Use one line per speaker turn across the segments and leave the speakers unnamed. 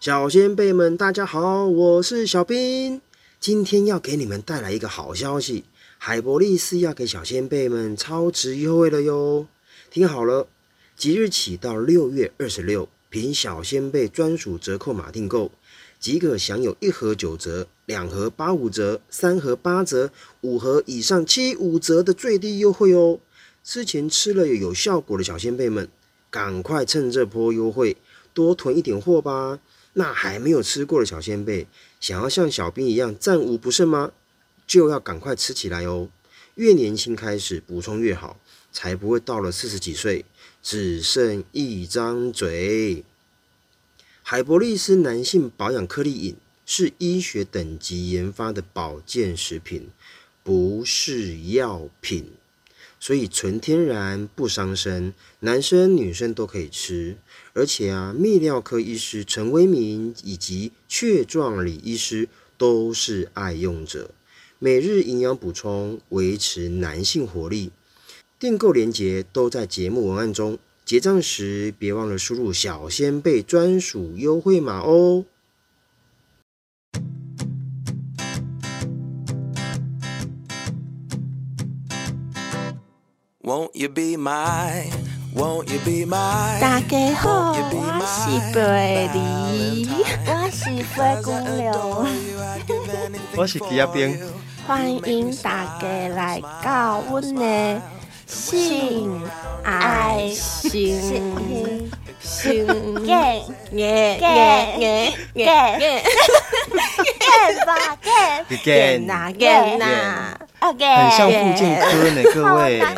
小先辈们，大家好，我是小兵。今天要给你们带来一个好消息，海博利斯要给小先辈们超值优惠了哟！听好了，即日起到六月二十六，凭小先辈专属折扣码订购，即可享有一盒九折、两盒八五折、三盒八折、五盒以上七五折的最低优惠哦。之前吃了有效果的小先辈们，赶快趁这波优惠多囤一点货吧！那还没有吃过的小先辈，想要像小兵一样战无不胜吗？就要赶快吃起来哦！越年轻开始补充越好，才不会到了四十几岁只剩一张嘴。海博利斯男性保养颗粒饮是医学等级研发的保健食品，不是药品。所以纯天然不伤身，男生女生都可以吃。而且啊，泌尿科医师陈威明以及雀状理医师都是爱用者，每日营养补充，维持男性活力。订购链接都在节目文案中，结账时别忘了输入小先贝专属优惠码哦。
Won't you be mine? Won't you be mine?
大家好，
Won't you be
我
mine
是贝里，
Valentine?
我是灰
'Cause I
姑
adore
娘，
you, I'd give anything
我是
for
吉亚兵
you.
欢迎大家来到阮的性爱心心
耶
耶
耶
耶
耶
耶
耶吧耶
again，
呐耶
耶
呐，
很像
，OK，
妇健科呢，各位。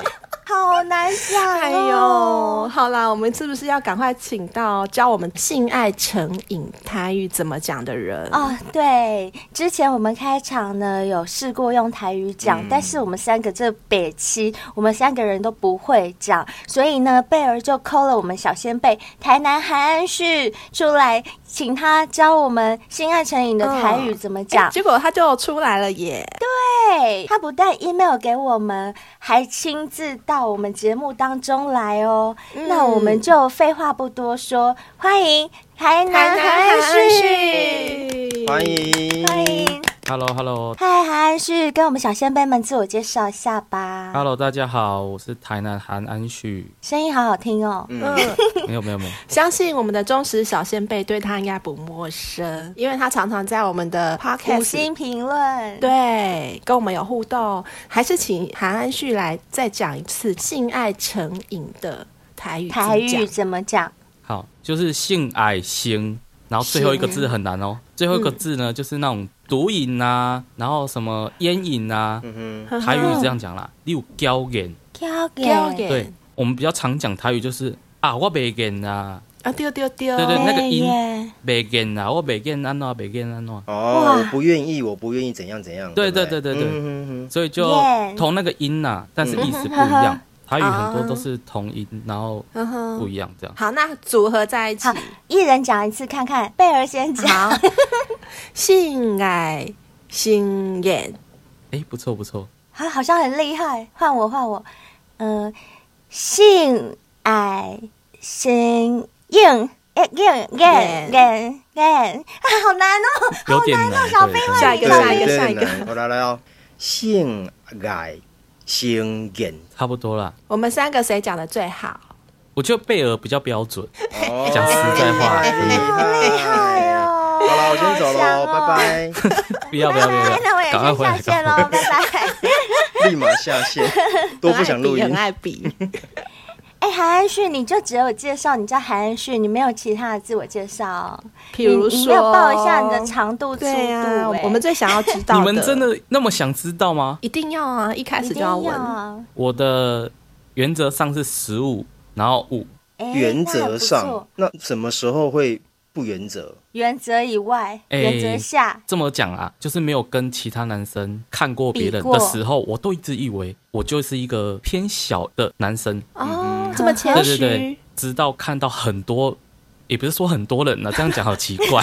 好难想哦。
哎呦，好啦，我们是不是要赶快请到教我们性爱成瘾台语怎么讲的人？
哦，对，之前我们开场呢有试过用台语
嗯
讲，但是我们三个这北七，我们三个人都不会讲，所以呢，贝儿就抠了我们小先辈台南韩安旭出来，请他教我们性爱成瘾的台语怎么讲
哎。结果他就出来了耶！
对，他不但 email 给我们，还亲自到我们节目当中来哦。
嗯
那我们就废话不多说，欢迎台南韩安旭，
旭
欢迎，
欢迎
Hello Hello
嗨韩安旭，跟我们小先辈们自我介绍一下吧。
Hello，大家好，我是台南韩 安旭。
声音好好听哦，
嗯，
没有没有没有，
相信我们的忠实小先辈对他应该不陌生，因为他常常在我们的
五
podcast 里
星评论，
对跟我们有互动。还是请韩安旭来再讲一次性爱成瘾的台语怎么
台
讲
语怎么讲？
好，就是性爱心，然后最后一个字很难哦，最后一个字
嗯
呢、就是那种毒瘾啊，然后什么烟瘾啊，
嗯
台语是这样讲啦，你有交瘾，
交给
丢给
对我们比较常讲台语就是啊，我没瘾啊，
啊丢丢丢，
对对那个音
耶
没瘾啊，我没瘾安怎，没瘾安怎，
哦，
哇
我不愿意，我不愿意怎样怎样。
对
对
对对对
对
对
嗯哼哼
所以就
Yeah
同那个音呐、但是意思不一
嗯
样。台语很
啊
多都是同音，然后
嗯哼
不一样这样。
好，那组合在一起
好，一人讲一次看看，贝儿先讲。
好，性爱心眼
哎，不错不错。
啊，好像很厉害。换我，换我。嗯、性爱心硬硬硬硬硬硬啊，好难哦！
有点难，
小
对
贝
对
下一个
对
下一个
对
下一个
对我来来哦，性爱性瘾。
差不多啦。
我们三个谁讲的最好？
我觉得贝尔比较标 准，
哦
讲实在话
厉害
厉害。哦！
好了，我先走
好
喽，
香哦
拜
不要不要不要，
那哦我也
赶快
先
回
下线
来，赶快
喽
回来。，
拜拜。
拜，立马下 线，多不想录音
很。爱比，很爱比
哎，韩安旭，你就只有介绍你叫韩安旭，你没有其他的自我介绍哦。
比如
你
说
你没有报一下你的长度、粗度、
对呀、
哎
我们最想要知道
你们真的那么想知道吗？
一定要啊，一开
一
始就
定
要
要
问。
我的原则上是十五，然后五，
哎
原
那还
则
不
上
错，
那什么时候会不原则？
原则以外，
哎
原则下，
这么讲啊，就是没有跟其他男生看过别人
比过
的时候，我都一直以为我就是一个偏小的男生，
哦，这么谦
对啊对
虚，
对，直到看到很多，也不是说很多人呢、啊这样讲好奇 怪，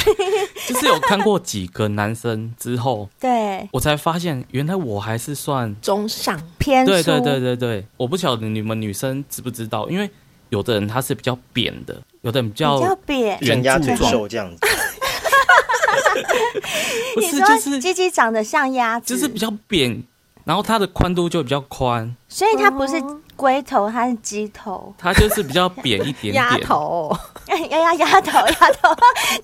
就是有看过几个男生之后，
对
我才发现原来我还是算
中上
偏粗，
对对对对对，我不晓得你们女生知不知道，因为有的人他是比较扁的，有的人比较
比较扁，
圆
像鸭腿
柱状
兽这样子，
不
你
是就是
说鸡鸡长得像鸭子，
就是比较扁，然后它的宽度就比较宽，
所以它不是
嗯
龟头，它是鸡头。
它就是比较扁一 点点。
丫头，
哎呀呀，丫头丫头，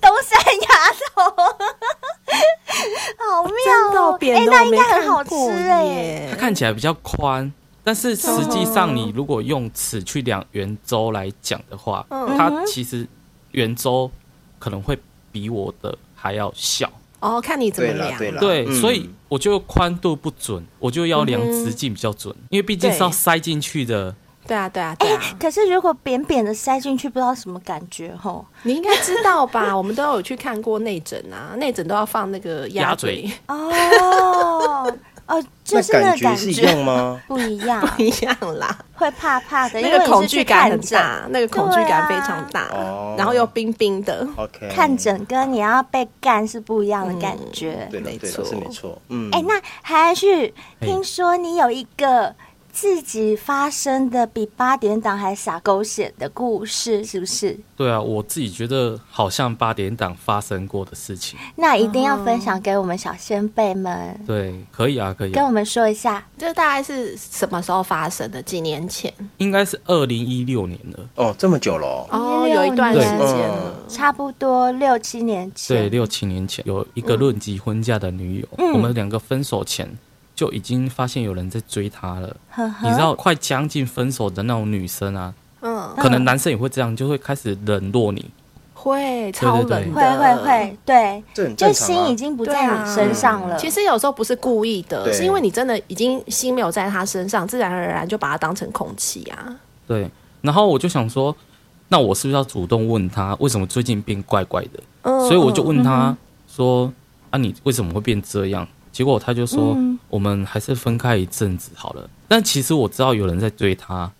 东山丫头，
真
好妙
的
哦！
哦扁
哎、
的
那
我
应
没
该很
看
好吃
过
哎、
它
耶。
看起来比较宽，但是实际上你如果用尺去量圆周来讲的话，
嗯
它其实圆周可能会比我的还要小。
哦，看你怎么
对了
量，
对了，
对，
嗯
所以我就宽度不准，我就要量直径比较准，因为毕竟是要
对
塞进去的。
对啊，对啊，
哎、
对啊，
可是如果扁扁的塞进去，不知道什么感觉吼。
你应该知道吧？我 们都有去看过内诊啊，内诊都要放那个
鸭
鸭
嘴
嘴，
哦 哦，就
那
是那
感
个感
觉是一样
觉
吗？
不一样，
一样啦。
会怕怕的，因
那
为
个
你
恐
是
惧
去
感很
看诊，
大，那个恐惧感非常大
对啊哦，
然后又冰冰的，
OK，
看诊跟你要被干是不一样的感觉。
对了
没
对了
错
是没错，嗯，
哎、那韩旭，
哎
听说你有一个自己发生的比八点档还洒狗血的故事，是不是？
对啊，我自己觉得好像八点档发生过的事情。
那一定要分享给我们小先辈们，
对，可以啊，可以
跟
啊、
我们说一下。
这大概是什么时候发生的？几年前
应该是二零一六年了，
哦，这么久了哦，
哦，
16
有一段时
年
间了。
差不多六七年
对，
前，
六七年前有一个论及婚嫁的女友，
嗯
我们两个分手前就已经发现有人在追她了。
呵
你知
呵，
道，快将近分手的那种女生啊，
嗯，
可能男生也会这样，就会开始冷落你。
会超
对
冷的，
会会会，对，
这很
就
正常
心
啊
已。经不
对
在
啊
你身上了。
其实有时候不是故意的，
对
是因为你真的已经心没有在他身上，自然而然就把它当成空气啊。
对，然后我就想说，那我是不是要主动问她为什么最近变怪怪的？
嗯
所以我就问她说：“啊，你为什么会变这样？”结果她就说：“
嗯
我们还是分开一阵子好了。”但其实我知道有人在追她，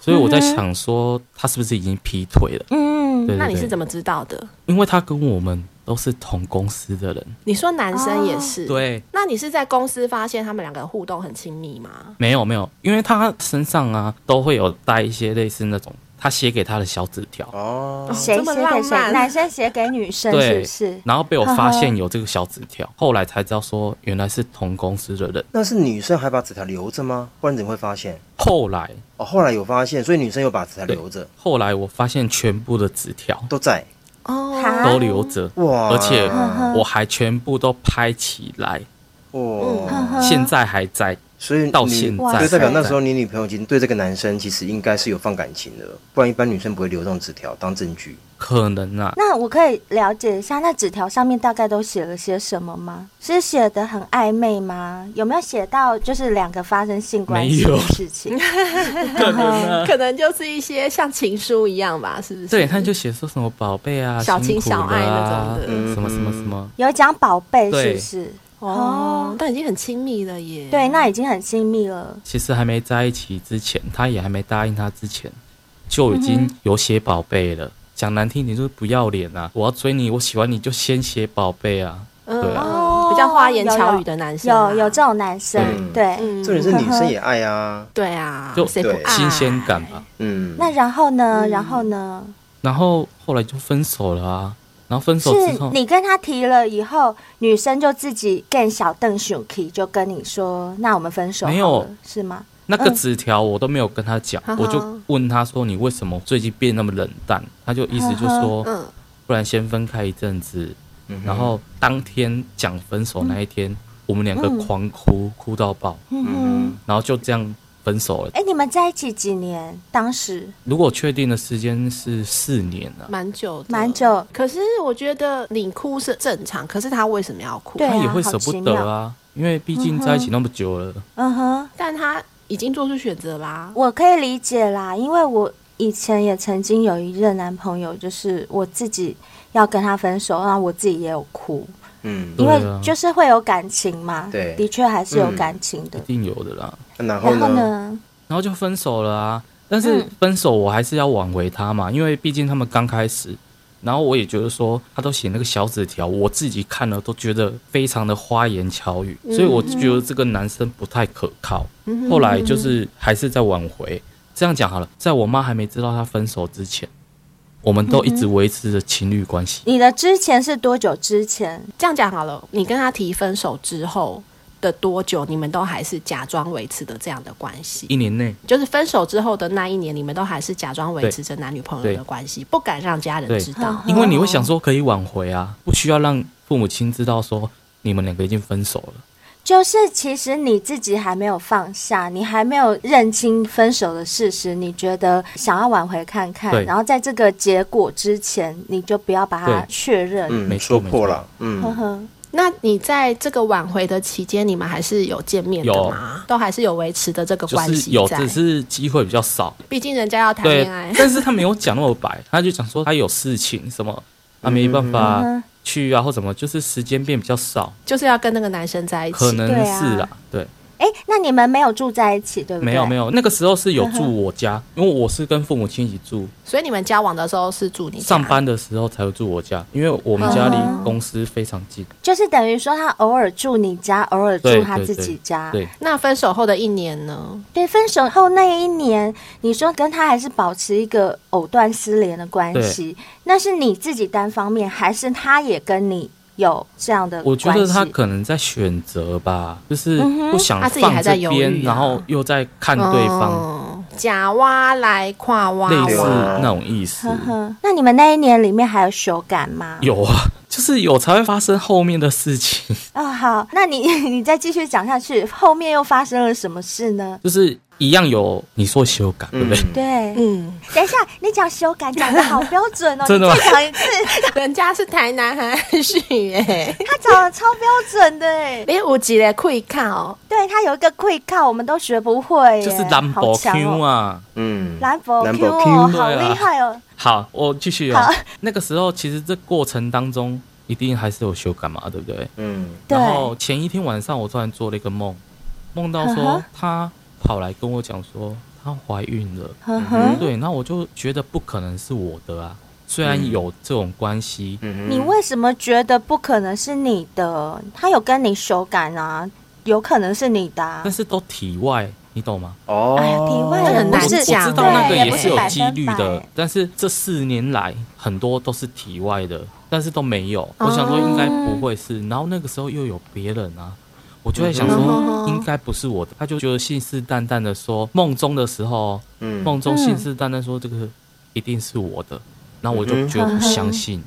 所以我
嗯
在想说，她是不是已经劈腿了？
嗯，
对对
那你是
对
怎么知道的？
因为她跟我们都是同公司的人，
你说男生也是，
对，
那你是在公司发现他们两个互动很亲密吗？
没有没有，因为她身上啊都会有带一些类似那种她写给她的小纸条，
哦，
谁
这么
写给
浪
谁？
漫
男生写给女生是
对
不是？
然后被我发现有这个小纸条，后来才知道说原来是同公司的人。
那是女生还把纸条留着吗？不然怎么会发现？
后来
哦，后来有发现，所以女生有把纸条留着，
后来我发现全部的纸条
都在
哦
哈
都留着，
哇，
而且
呵
我还全部都拍起来，
哇，
嗯呵
现在还在。
所以
到
你
现
在
就代表
哇塞
那时候你女朋友已经对这个男生其实应该是有放感情的，不然一般女生不会留这种纸条当证据。
可能啊，
那我可以了解一下，那纸条上面大概都写了些什么吗？是写的很暧昧吗？有没有写到就是两个发生性关系
没有
的事情？
可能就是一些像情书一样吧，是不是？
对，他就写说什么宝贝啊，
小情
辛苦了
小爱那种
啊
的，
嗯
什么什么什么。
有讲宝 贝是
对
不是？
哦，但已经很亲密了耶。
对，那已经很亲密了。
其实还没在一起之前，他也还没答应他之前，就已经有写宝贝了。讲难听一点就是不要脸啊！我要追你，我喜欢你就先写宝贝啊。
嗯
对
啊
比较花言巧语的男生啊，
有有这种男生，
嗯
对。
嗯
重点是女生也爱啊，
对啊，
就
谁不
对
爱
新鲜感吧。
嗯，
那然后呢？然后呢？
然后后来就分手了啊。然后分手
是
之后，
你跟他提了以后，女生就自己更小邓小 K 就跟你说，那我们分手好了
没有
是吗？
那个纸条我都没有跟他讲，
哈哈
我就问他说：“你为什么最近变那么冷淡？”他就意思就说：“
嗯，
不然先分开一阵子。”然后当天讲分手那一天，我们两个狂哭，哭到爆，
嗯
然后就这样分手了
哼，。哎、你们在一起几年？当时
如果确定的时间是四年啊，
蛮久的，
蛮。久，
可是我觉得你哭是正常，可是他为什么要哭？
对啊
他也会舍不得啊，因为毕竟在一起那么久了。
嗯哼，
但他已经做出选择啦。
我可以理解啦，因为我以前也曾经有一任男朋友，就是我自己要跟他分手，然后我自己也有哭，
嗯，
因
对
为
啊
就是会有感情嘛，
对
的确还是有
嗯
感情的。
一定有的啦，
那然后
然后
呢？
呢？
然后就分手了啊。但是
嗯
分手我还是要挽回他嘛，因为毕竟他们刚开始。然后我也觉得说，他都写那个小纸条，我自己看了都觉得非常的花言巧语，所以我就觉得这个男生不太可靠。后来就是还是在挽回。这样讲好了，在我妈还没知道他分手之前，我们都一直维持着情侣关系。
你的之前是多久之前？
这样讲好了，你跟他提分手之后的多久，你们都还是假装维持的这样的关系？
一年内，
就是分手之后的那一年，你们都还是假装维持着男女朋友的关系，不敢让家人
对
知道。
因为你会想说可以挽回啊，不需要让父母亲知道说你们两个已经分手了。
就是其实你自己还没有放下，你还没有认清分手的事实，你觉得想要挽回看看，
对
然后在这个结果之前，你就不要把它
对
确认。
嗯，
没
说
错
破了，
呵
嗯，
呵，
那你在这个挽回的期间，你们还是有见面的
有
吗？都还是有维持的这个
就
关
是
系
有，
在？
只是机会比较少。
毕竟人家要谈
对
恋爱，，
但是他没有讲那么白，他就讲说他有事情什么，他没办法
嗯哼
去啊，或怎么，就是时间变比较少，
就是要跟那个男生在一起。
可能
对啊
是啦，对，
哎、那你们没有住在一起，对不对？
没有没
有。
有，那个时候是有住我家，因为我是跟父母亲一起住，
所以你们交往的时候是住你家
上，班的时候才会住我家，因为我们家离公司非常近，
就是等于说他偶尔住你家，偶尔住
对
他
对
自己家。
对，
那分手后的一年呢？
对分手后那一年，你说跟他还是保持一个藕断丝连的关系，那是你自己单方面，还是他也跟你有这样的关系？
我觉得他可能在选择吧，就是
嗯哼
不想
他自己还
放
在
这
犹
边，
豫啊
然后又在看嗯对方，
哦，假挖来跨挖
类似
挖，
那种意思
呵。呵，那你们那一年里面还有修改吗？
有啊， 就是有才会发生后面的事情，
哦，好，那你 你再继续讲下去，后面又发生了什么事呢？
就是一样有你说修改，对不对？
对，
嗯，
等一下，你讲修改讲的好标准哦，
真的吗
你再讲一次，
人家是台南韩 旭耶，
他讲的超标准的哎，
连五级的会看哦，
对他有一个 quick 靠，我们都学不会耶，
就是兰
好
博
强
Q
哦，
啊。
嗯，
兰博
Lambo
Q 哦，
Q
好
对啊
厉害哦，
好，我继续哦
好。
那个时候其实这过程当中一定还是有修改嘛，对不对？
嗯，
对，
然后前一天晚上我突然做了一个梦，梦到
嗯
说
哼
她跑来跟我讲说她怀孕了。
呵
嗯
呵，
嗯对，那我就觉得不可能是我的啊，虽然
嗯
有这种关系，
嗯哼
你为什么觉得不可能是你的？他有跟你修改啊，有可能是你的、啊
但。是都体外，你懂吗？
哦，
哎呀体外
那很
我
难
我知
讲
道
对
那个
也
也
不
是
是
有
百
几
分
率
百
的，但是这四年来很多都是体外的，但是都没有。我想说应该不会是，然后那个时候又有别人啊，我就在想
哦嗯
说 应该不是我的，他就觉得信誓旦旦的说梦中的时候，哦
嗯
梦中
嗯
信誓旦旦说这个一定是我的，然后我就觉得不相
嗯
信。
嗯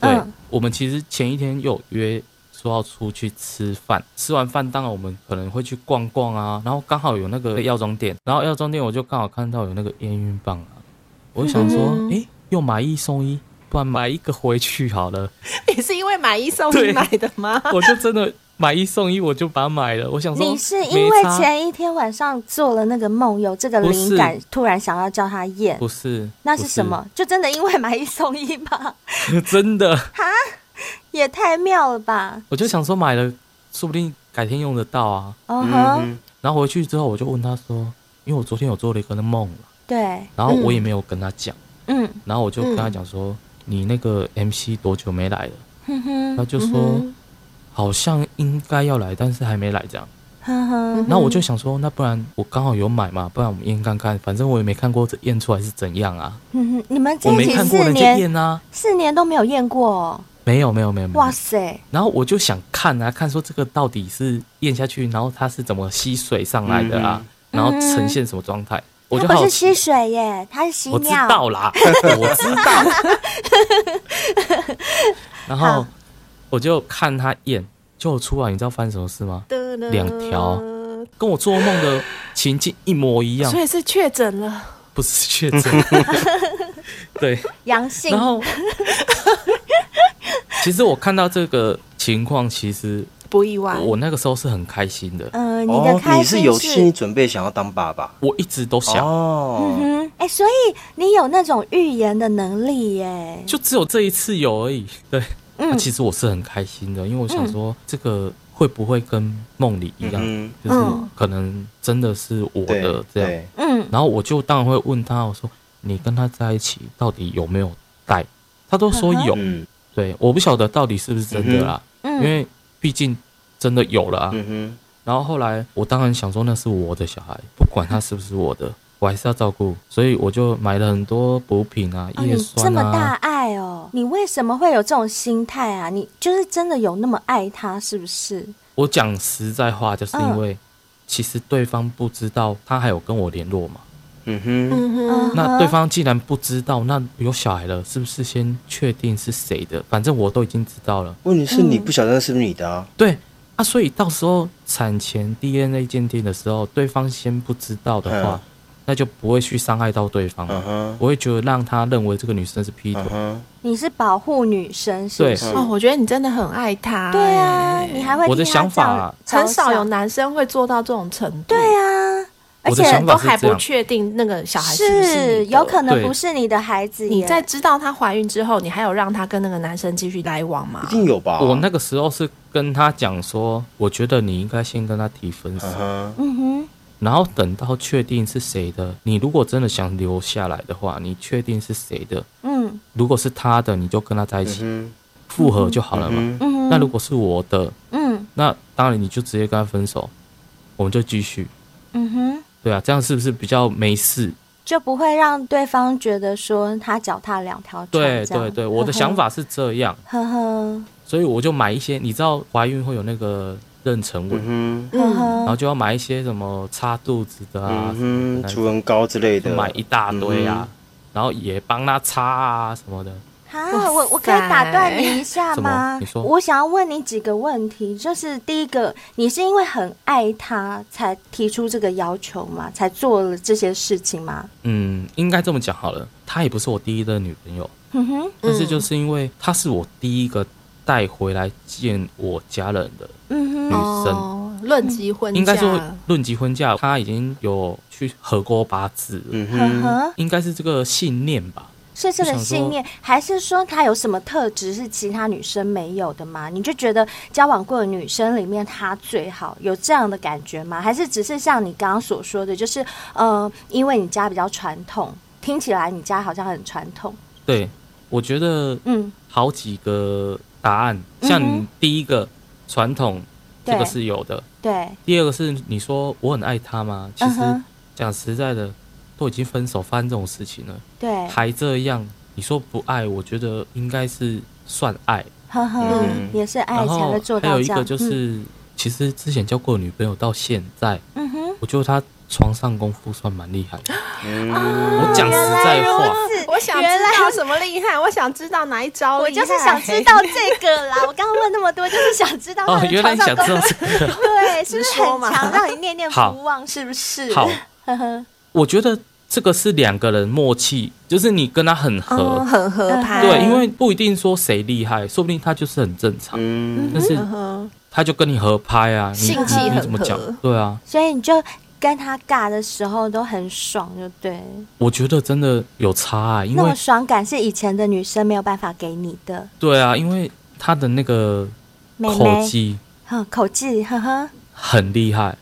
对
嗯，
我们其实前一天又有约说要出去吃饭，吃完饭当然我们可能会去逛逛啊，然后刚好有那个药妆店，然后药妆店我就刚好看到有那个验孕棒啊，我就想说，
嗯
诶，又买一送一，不然买一个回去好了，
也是因为买一送一
对
买的吗？
我就真的买一送一，我就把它买了。我想说，
你是因为
没差
前一天晚上做了那个梦，有这个
不
灵
是
感，突然想要叫他验，
不是，
那
不
是
是
什？么？就真的因为买一送一吗？
真的，
也太妙了吧！
我就想说买了，说不定改天用得到啊。
哦
嗯
哼，
哼
然后回去之后，我就问他说，因为我昨天有做了一个梦，啊
对，
然后我也没有跟他讲，
嗯，
然后我就跟他讲说，你那个 MC 多久没来了？
哼
他
嗯哼，
就说、好像应该要来，但是还没来这样。
哼嗯哼，
然后我就想说，那不然我刚好有买嘛，不然我们验看看，反正我也没看过这验出来是怎样啊，
嗯哼哼，你们在
我
一
没
起
看过
四
人家
年，
验啊，
四年都没有验过、哦，
没有没有没有没有
哇。塞！
然后我就想看啊，看说这个到底是验下去，然后它是怎么吸水上来的
嗯
啊，然后呈现什么状态，我
他
就
不
好
是
奇
吸。水耶，他是吸
我知
尿。
道啦，我知道。然后我就看他验，就我出来，你知道发生什么事吗？两条跟我做梦的情境一模一样
所，以是确诊了，
不是确诊。 对，
阳性
然，后其实我看到这个情况，其实
不意外。
我那个时候是很开心的，
嗯，你的
哦，
开
你
心
是有心理准备想要当爸爸
我一直都想，
哦，
嗯，哎、所以你有那种预言的能力耶。
就只有这一次有而已。对，
嗯
那啊其实我是很开心的，因为我想说这个会不会跟梦里一样，
嗯
就是
嗯
可能真的是我
对
的这样。
对，
嗯，
然后我就当然会问他，我说你跟他在一起到底有没有带？他都说有，
嗯
对，我不晓得到底是不是真的啦，
嗯
因为毕竟真的有了啊。
嗯哼，
然后后来我当然想说那是我的小孩，不管他是不是我的，我还是要照顾，所以我就买了很多补品啊、
哦，
叶
你这
酸
么大
啊。
爱哦，你为什么会有这种心态啊？你就是真的有那么爱他，是不是？
我讲实在话，就是因
嗯
为其实对方不知道他还有跟我联络嘛。
嗯哼，
嗯
嗯
哼，
那对方既然不知道，那有小孩了，是不是先确定是谁的？反正我都已经知道了。
问题是你不晓得那是不是你的啊？
对啊，所以到时候产前 DNA 鉴定的时候，对方先不知道的话，
嗯
那就不会去伤害到对方
嗯
嘛。
哼，
我会觉得让他认为这个女生是劈腿
嗯。哼，
你是保护女生，是不是？
哦，我觉得你真的很爱他、
对啊，
哎
你还会
我的
替他
想法
着
啊
着
很少有
想
男生会做到这种程度，
对啊，而
我的
且
想法
都
是
还
这
不
样
确定那个小孩是不是
是
你的
有可能
对
不是你的孩子耶，
你在知道她怀孕之后，你还有让她跟那个男生继续来往吗
一？定有吧？
我那个时候是跟他讲说，我觉得你应该先跟他提分手，
嗯哼，
嗯哼，
然后等到确定是谁的，你如果真的想留下来的话，你确定是谁的，
嗯
如果是他的，你就跟他在一
嗯
起
哼，
复合就好了嘛。
嗯哼，
嗯哼，
那如果是我的，
嗯
那当然你就直接跟他分手，我们就继续。
嗯哼，
对啊，这样是不是比较没事？
就不会让对方觉得说他脚踏两条船，
对
这样
对对，我的想，法是这样，
呵呵
所以我就买一些，你知道怀孕会有那个妊娠纹，
嗯哼，
呵
嗯，
然
呵
后，就要买一些什么擦肚子的啊，
嗯哼，
什
除
么
人膏之类
的，
的，
就买一大堆啊
嗯，
然后也帮他擦啊什么的。
啊，
哇
我我可以打
塞
断你一下
怎么
吗
你？说
我想要问你几个问题，就是第一个，你是因为很爱他才提出这个要求吗？才做了这些事情吗？
嗯，应该这么讲好了，她也不是我第一任女朋友，
哼哼，
但是
嗯
就是因为她是我第一个带回来见我家人的
嗯
女
哼，
生，
哦，论及婚嫁，
应该说论及婚嫁，她已经有去合过八字了，
嗯
呵
哼，
呵，
应该是这个信念吧。
是这
就
个
想
信
说
念，还是说他有什么特质是其他女生没有的吗？你就觉得交往过的女生里面她最好，有这样的感觉吗？还是只是像你刚刚所说的，就是呃，因为你家比较传统，听起来你家好像很传统，
对，我觉得
嗯，
好几个答案，
嗯哼
像你第一个传统，这个
对
是有的。
对，
第二个是你说我很爱他吗？其
嗯
实
哼，
讲实在的，都已经分手发生这种事情了，
对，
还这样，你说不爱，我觉得应该是算爱。
呵呵
嗯，
也是爱
然
才会
后
做
还
到
有
这
一个
样，嗯
就是，其实之前交过的女朋友到现在，
嗯哼，
我觉得她床上功夫算蛮厉害的。
嗯
哦
我讲实在话，
我想知
原来
道什么厉害，我想知道哪一招
我
厉害
就是想知道这个啦，我刚刚问那么多，就是想知道他
哦，
的
原
床
来你
上
想
功
知道
夫，
这个。
对，是不
直
是
说
很
嘛
强，让你念念
好
不忘，是不是？
好，
呵呵，
我觉得这个是两个人默契，就是你跟他很 合，
哦
嗯，很合
哎
拍，
对，因为不一定说谁厉害，说不定他就是很正常，
嗯
但 是
嗯哼
他就跟你合拍啊，你
性
你
气
你
很
怎么讲
合？
对啊，
所以你就跟他尬的时候都很爽，就对。
我觉得真的有差啊，因
那种
为
爽感是以前的女生没有办法给你的，
对啊，因为他的那个
妹
口
妹，
技
哼，口技，呵呵。
很厉害，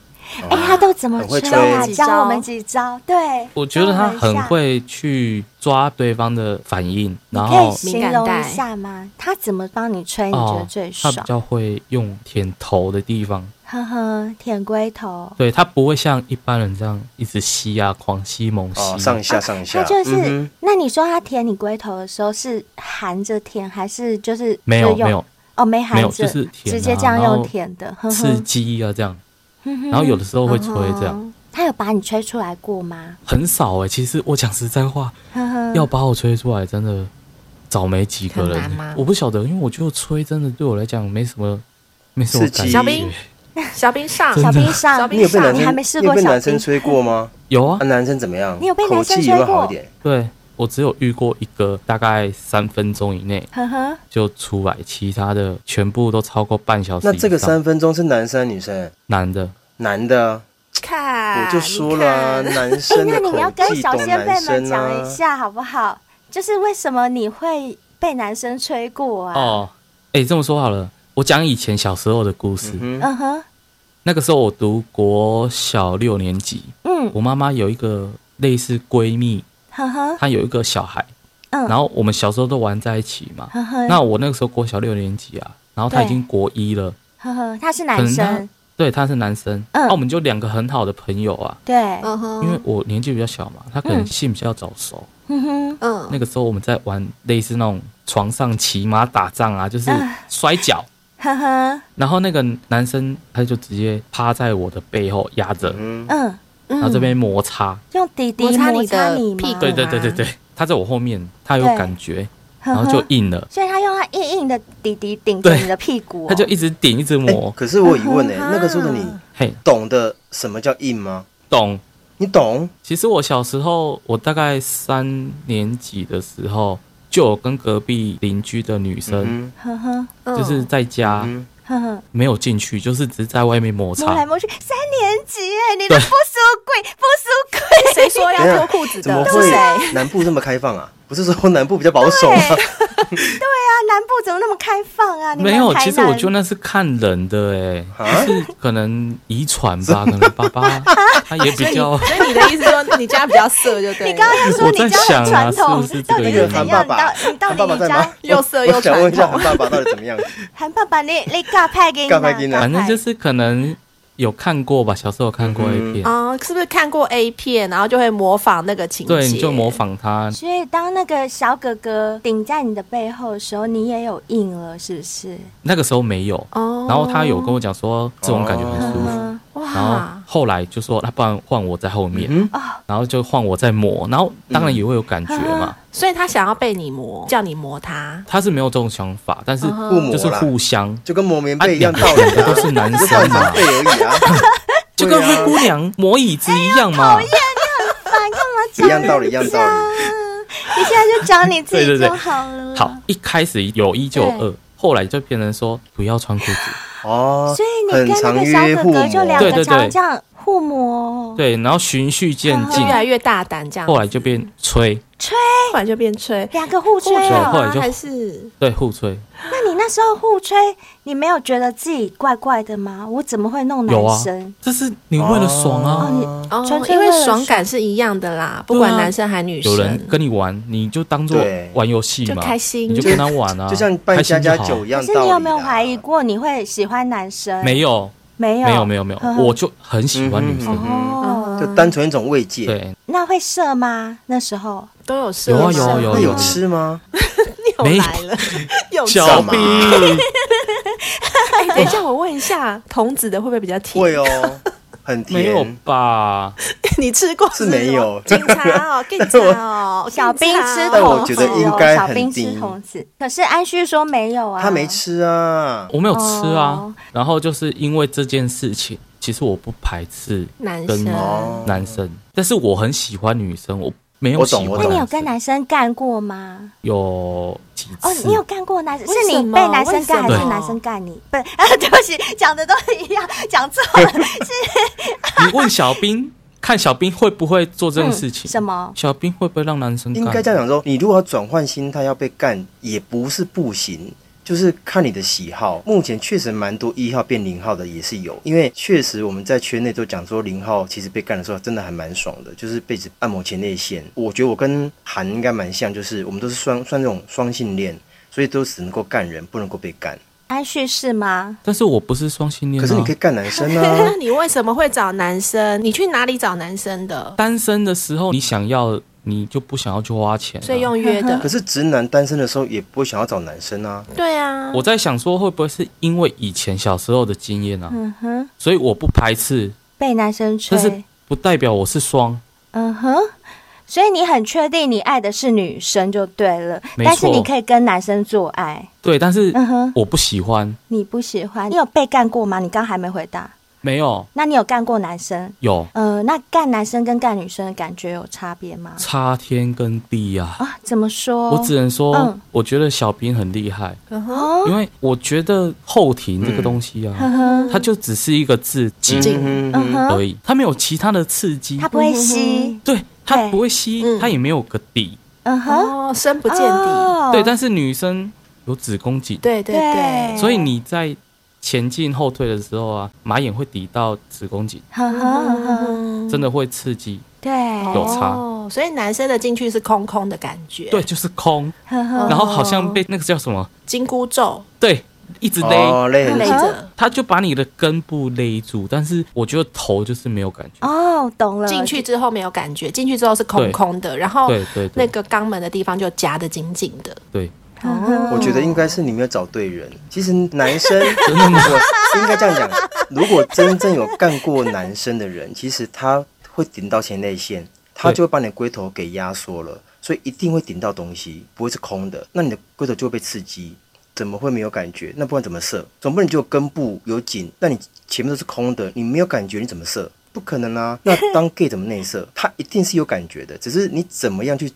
哎、她都怎么
很会
吹啊？
吹
教我们几招，对。
我觉得他很
教我们一下。
会去抓对方的反应，
你
然
可以
后
形容一下吗？她怎么帮你吹？你觉得
哦
最，
他
爽
比？较会用舔头的地方，
呵呵，舔龟头。
对他不会像一般人这样一直吸啊，狂吸猛吸，
哦，上下上下，
她啊就是，
嗯
那你说她舔你龟头的时候是含着舔，还是就是
没有
就用
没有
哦，没含
没
着，
有就是舔啊
直接这样
然后
用舔的，呵
刺
呵。
激啊这样，
嗯哼
然后有的时候会吹这样。
嗯他有把你吹出来过吗？
很少哎、其实我讲实在话，
呵呵，
要把我吹出来，真的找没几个
嗯很难吗
人。我不晓得，因为我觉得吹真的对我来讲没什么，没什么
刺
感
激
觉。
小兵小兵上，
小冰上，
小
你有被男
你还没试
生，你有
过
被
小
男生
冰？
吹 过吗？
有啊
啊，，男生怎么样？
你有被男生
口气有没有
吹过
好一点？
对我只有遇过一个，大概三分钟以内
呵呵，
就出来，其他的全部都超过半小时以
那
上。
这个三分钟是男生还是女生？
男的，
男的啊，
看，
我就说了啊，
你看
男
哎，
生
那
的
你要
口
跟
气
小
懂
先
男
辈们
生
讲一
啊。
下好不好？就是为什么你会被男生吹过啊？，
哦，哎、这么说好了，我讲以前小时候的故事。
嗯哼，
嗯哼，
那个时候我读国小六年级，
嗯，
我妈妈有一个类似闺蜜，
呵呵，
她有一个小孩，
嗯，
然后我们小时候都玩在一起嘛。
呵呵，
那我那个时候国小六年级啊，然后他已经国一了，
呵呵，他是
可
男
能他
生，
对，他是男生，那、
嗯
我们就两个很好的朋友啊，
对，
哦
嗯
因为
哼，
我年纪比较小嘛，他可能
嗯
性比较早熟。
嗯哼，
嗯，
那个时候我们在玩类似那种床上骑马打仗啊，就是摔跤，
呵呵，
然后那个男生他就直接趴在我的背后压着，
嗯，
嗯，
然后这边摩擦，
用滴滴
摩擦
摩
你
擦
的
你
屁
吗
股
对对对对对，他在我后面，他有
嗯对嗯
感觉，
呵
然后
呵
就硬了，
所以他用他硬硬的底底顶着
对
你的屁股哦、
他就一直顶一直
哎、
磨，
可是我有疑
嗯
问哎、那个时候的你
嘿，
懂得什么叫硬吗？
懂。
你懂？
其实我小时候，我大概三年级的时候，就有跟隔壁邻居的女生，
嗯
呵呵
嗯
就是在家、
嗯，
呵呵，
没有进去，就是只是在外面摩
摸来
擦。
摸去，三年级哎，你的
对
不输鬼，不 输鬼，
谁说
等一
要
下
脱裤子
怎么
的？是谁？
会南部这么开放啊？不是说南部比较保守吗？
啊，南部怎么那么开放啊？你们
没有，
台
其实我
南
觉得那是看人的哎、
啊
就是可能遗传吧， 可能爸爸他也比较。
所以你的意思说你家比较色，就对了。
你刚刚要说
我
你
在
家
想
很
啊
传统，
是不是这
到
个
底
原
是
因
怎
韩
样？
爸
你
爸
到，你到
韩爸
底
爸
你
在
家
吗？
又色又
我想 问一下
传
韩
统
爸爸到底怎么样？
韩爸爸，你你尬派给你啊，
尬派给你啊
反正就是是可能有看过吧，小时候有看过哦
嗯
A 片，
啊，是不是看过 A 片，然后就会模仿那个情节？
对，你就模。仿他。
所以当那个小哥哥顶在你的背后的时候，你也有硬了，是不是？
那个时候没有，
哦，
然后他有跟我讲说这种感觉很舒服。
嗯，
然后
哇，
后来就说，那不然换我在后面，
嗯
然后就换我在磨，然后当然也会有感觉嘛。
啊
所以他想要被你磨，叫你磨他。
他是没有这种想法，但
啊
是
互磨
就是
啦，
互相，
就跟磨棉
啊
被一样
两
道
个
理
两
啊，
个都是男
就
生
换
嘛
成被，而已 啊，
就跟灰姑娘磨椅子一样
哎爸，
嘛。
干嘛
一
讲
样道理，一样道
啊
理。
你现在就讲你自己
对对对
就好了。
好，，一开始有一就有二，后来就变成说不要穿裤
啊
子，
哦，
所以你
很
跟那
常
个小
约
哥
互
哥
磨，
就两
对
个
对
常
对
这样互磨，
对，然后循序渐
就
进
啊
越，来越大胆这样，
后来就变吹，
后来就变吹，
两个互吹
互吹啊
对后来
哦。
就
还是
对，互吹，
那你那时候互吹，你没有觉得自己怪怪的吗？我怎么会弄
有啊
男生？，
这是你为了爽啊。
哦
哦
纯，粹
因
为
为
了
爽感是一样的啦，不
对啊
管男生还女生。
有人跟你玩，你就当做
对
玩游戏
就
嘛，
开心
你就跟他玩啊，
就像办
开
家
心
家
就好
酒一
可
样
是
道理
你
啊。
有哦没有怀疑过你会喜欢男生？
没有，
没有，嗯
没有，没有，没有
呵，呵
我就很喜欢女
嗯
生。啊
哦，
就单纯一种慰藉。
对，
那会射吗？那时候
都有射
有啊
吗
有啊有啊
那有吃吗？
又
没
来了，又
小
嘛
兵，
哎，等一下，我问一下，童子的会不会比较甜？
会哦，很甜。
没有吧？
你吃过
是没有
警 察哦，警察 哦，
小兵吃
但我
筒
觉
子
得应
哦，
该
小
很
兵吃
低
筒子。可是安旭说没有啊，
他没吃啊，
我没有吃啊。
哦
然后就是因为这件事情，其实我不排斥
男
跟
生
哦
男生，但是我很喜欢女生，我没有
我
喜
懂
欢
我
那
懂
你
男
有
生
跟男生干过吗？
有几
哦，
次？
你有干过男生？
为
是
什
你
么
被男生干，还
为什
是
么
男生干你？不， 啊，对不起，讲的都一样，讲错 了。
你问小兵，看小兵会不会做这种事情？
嗯什么
小兵会不会让男生干？
应该这样讲说，你如果要转换心态要被干，也不是不行。就是看你的喜好，目前确实蛮多一号变零号的也是有，因为确实我们在圈内都讲说零号其实被干的时候真的还蛮爽的，就是被指按摩前列腺。我觉得我跟韩应该蛮像，就是我们都是双算这种双性恋，所以都只能够干人，不能够被干。
安旭是吗？
但是我不是双性恋、啊，
可是你可以干男生啊
那，你为什么会找男生？你去哪里找男生的？
单身的时候，你想要，你就不想要去花钱、啊。
所以用约的
可。是直男单身的时候也不会想要找男生啊。
对啊，
我在想说，会不会是因为以前小时候的经验啊？
嗯哼，
所以我不排斥，
被男生
但是
吹。
不代表我是双。
嗯哼，所以你很确定你爱的是女生就对了，
没
但是
错
你可以跟男生做爱。
对，但是
嗯哼，
我不喜欢。
你不喜欢，你有被干过吗？你刚还没回答。
没有，
那你有干过男生？
有
呃，那干男生跟干女生的感觉有差别吗？
差天跟地呀、
啊，怎么说？
我只能说，
嗯
我觉得小兵很厉害，
哦，
因为我觉得后庭这个东西啊，
呵呵，
它就只是一个字
嗯
己
哼
嗯
哼
哼，
而已，它没有嗯其他的刺激
他。不会吸，
对，它
对
不会吸
嗯，
它也没有个底。
嗯哼，
哦，深不见底。
哦
对，但是女生有子宫颈，
对对
对
对，
所以你在前进后退的时候啊，马眼会抵到子宫颈，
呵
嗯
呵呵呵，
真的会刺激。
对，
有差
哦，所以男生的进去是空空的感觉。
对，，就是空，
呵呵，
然后好像被那个叫什么？
金箍咒。
对，一直勒，
哦，累很
勒
久。
着
他就把你的根部勒住，但是我觉得头就是没有感觉。
哦，懂了，
进去之后没有感觉，进去之后是空
对
空的，然后
对对
那
对
个肛门的地方就夹得紧紧的。
对，
嗯，
我觉得应该是你没有找对人。其实男生真的吗？应该这样讲，如果真正有干过男生的人，其实他会顶到前列腺，他就会把你的龟头给压缩了，所以一定会顶到东西，不会是空的。那你的龟头就会被刺激，怎么会没有感觉？那不然怎么射？总不能只有根部有紧，那你前面都是空的，你没有感觉，你怎么射？不可能啊！那当 gay 怎么内射？他一定是有感觉的，只是你怎么样去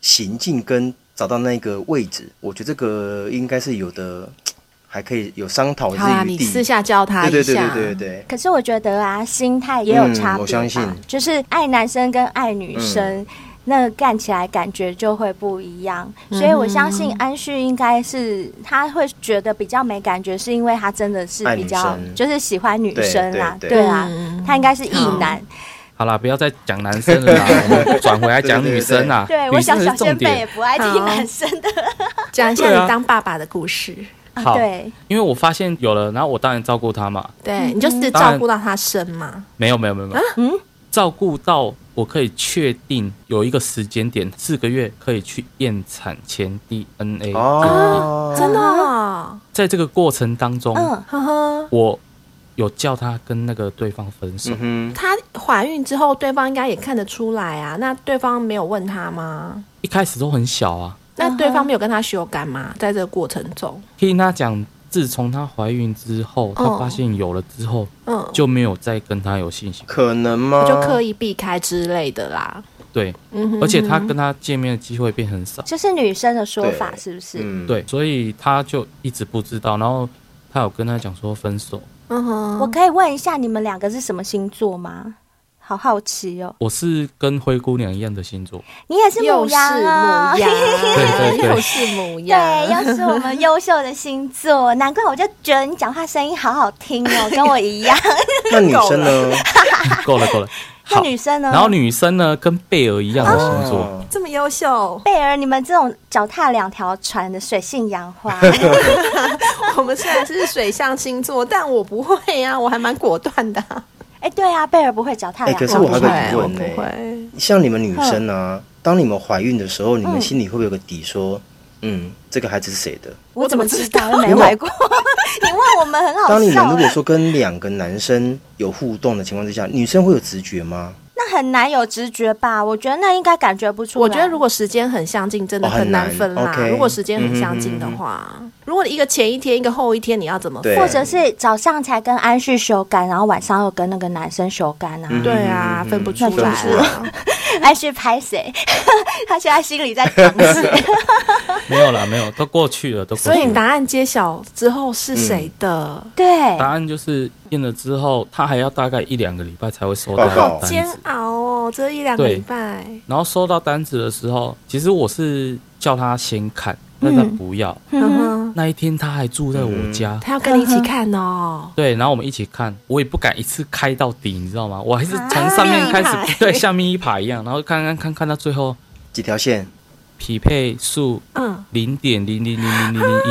行进跟找到那个位置，我觉得这个应该是有的，还可以有商讨之
好啦，
啊
余
你
地。
私下教他
对对
一
对
下。
对对 对，
可是我觉得啊，心态也有差别、吧
嗯我相信
就是爱男生跟爱女生。那干起来感觉就会不一样，所以我相信安旭应该是他会觉得比较没感觉，是因为他真的是
爱
比
女
较
生
就是喜欢女生啦，
对对对
啊
嗯，
他应该是异男。
好啦，不要再讲男生 了啦，我们转回来讲女生啦。
对，我
女生
想
才
小
是重
仙贝也
点。
不爱听
好
男生的，
讲一下
对啊
你当爸爸的故事。
啊
好
对，
因为我发现有了，然后我当然照顾她嘛。
对，你就是照顾到他生嘛。
没有没有没有
啊
没有，
嗯
照顾到我可以确定有一个时间点，四个月可以去验产前 DNA。
哦，
真的哦、
在这个过程当中，
嗯，
呵呵。
我有叫她跟那个对方分手。
嗯
她怀孕之后，对方应该也看得出来啊。那对方没有问她吗？
一开始都很小啊，
那对方没有跟她修改吗？在这个过程中，
听她讲，自从她怀孕之后，她
哦
发现有了之后
嗯，
就没有再跟她有信心。
可能吗？
就刻意避开之类的啦。
对，
嗯哼
而且她跟她见面的机会变很
嗯
少。
这是女生的说法
对
是不是？
嗯，
对，所以她就一直不知道。然后她有跟她讲说分手，
嗯哼，
我可以问一下你们两个是什么星座吗？好好奇哦，
我是跟灰姑娘一样的星座，
你也是母
又是
羊
母
啊、
羊，
对对对
又是母
对，
羊，
又是我们优秀的星座，难怪我就觉得你讲话声音好好听哦，跟我一样。
那女生呢？
够了够了。
那
好，
女生哦呢？
然后女生呢跟贝尔一样的星座，
哦
这么优 秀，
贝尔，你们这种脚踏两条船的水性杨花，
我们虽然是水象星座，但我不会呀、啊，我还蛮果断的、啊。
哎，对啊，贝尔不会脚踏两
哎可是
条
我
船
还。
不会，我
有个疑问
不
呢
会。
像你们女
嗯
生啊，当你们怀孕的时候，你们心里会不会有个底说？嗯，这个孩子是谁的？
我怎么知道？
我怎么
又
知道
没怀过。 你问我们很好
当你们
笑
如果
哎，
说跟两个男生有互动的情况之下，女生会有直觉吗？
那很难有直觉吧？我觉得那应该感觉不出来。
我觉得如果时间很相近，真的
哦很
很难
难
分啦。
OK 嗯
如果时间很相近的话，如果一个前一天，一个后一天，你要怎么分？
对
或者是早上才跟安旭修改，然后晚上又跟那个男生修改啊。
对啊，
嗯
分不出来
分不出
啊。
安旭拍谁？ 他现在心里在想谁？
没有啦，没有，都过去了，都过
所
去
以
了。
答案揭晓之后是谁的？
对
答，案就是验了之后，她还要大概一两个礼拜才会收到
报告
单
煎
子。
熬哦，这一两个
对
礼拜。
然后收到单子的时候，其实我是叫她先看，但她不要。
嗯哼，
那一天她还住在我家，
他要跟你一起看哦。
对，然后我们一起看，我也不敢一次开到底，你知道吗？我还是从上面开始，
啊
对，下面一排一样，然后看看看看到最后
几条线？
匹配数
嗯，
零点零零零零零零一，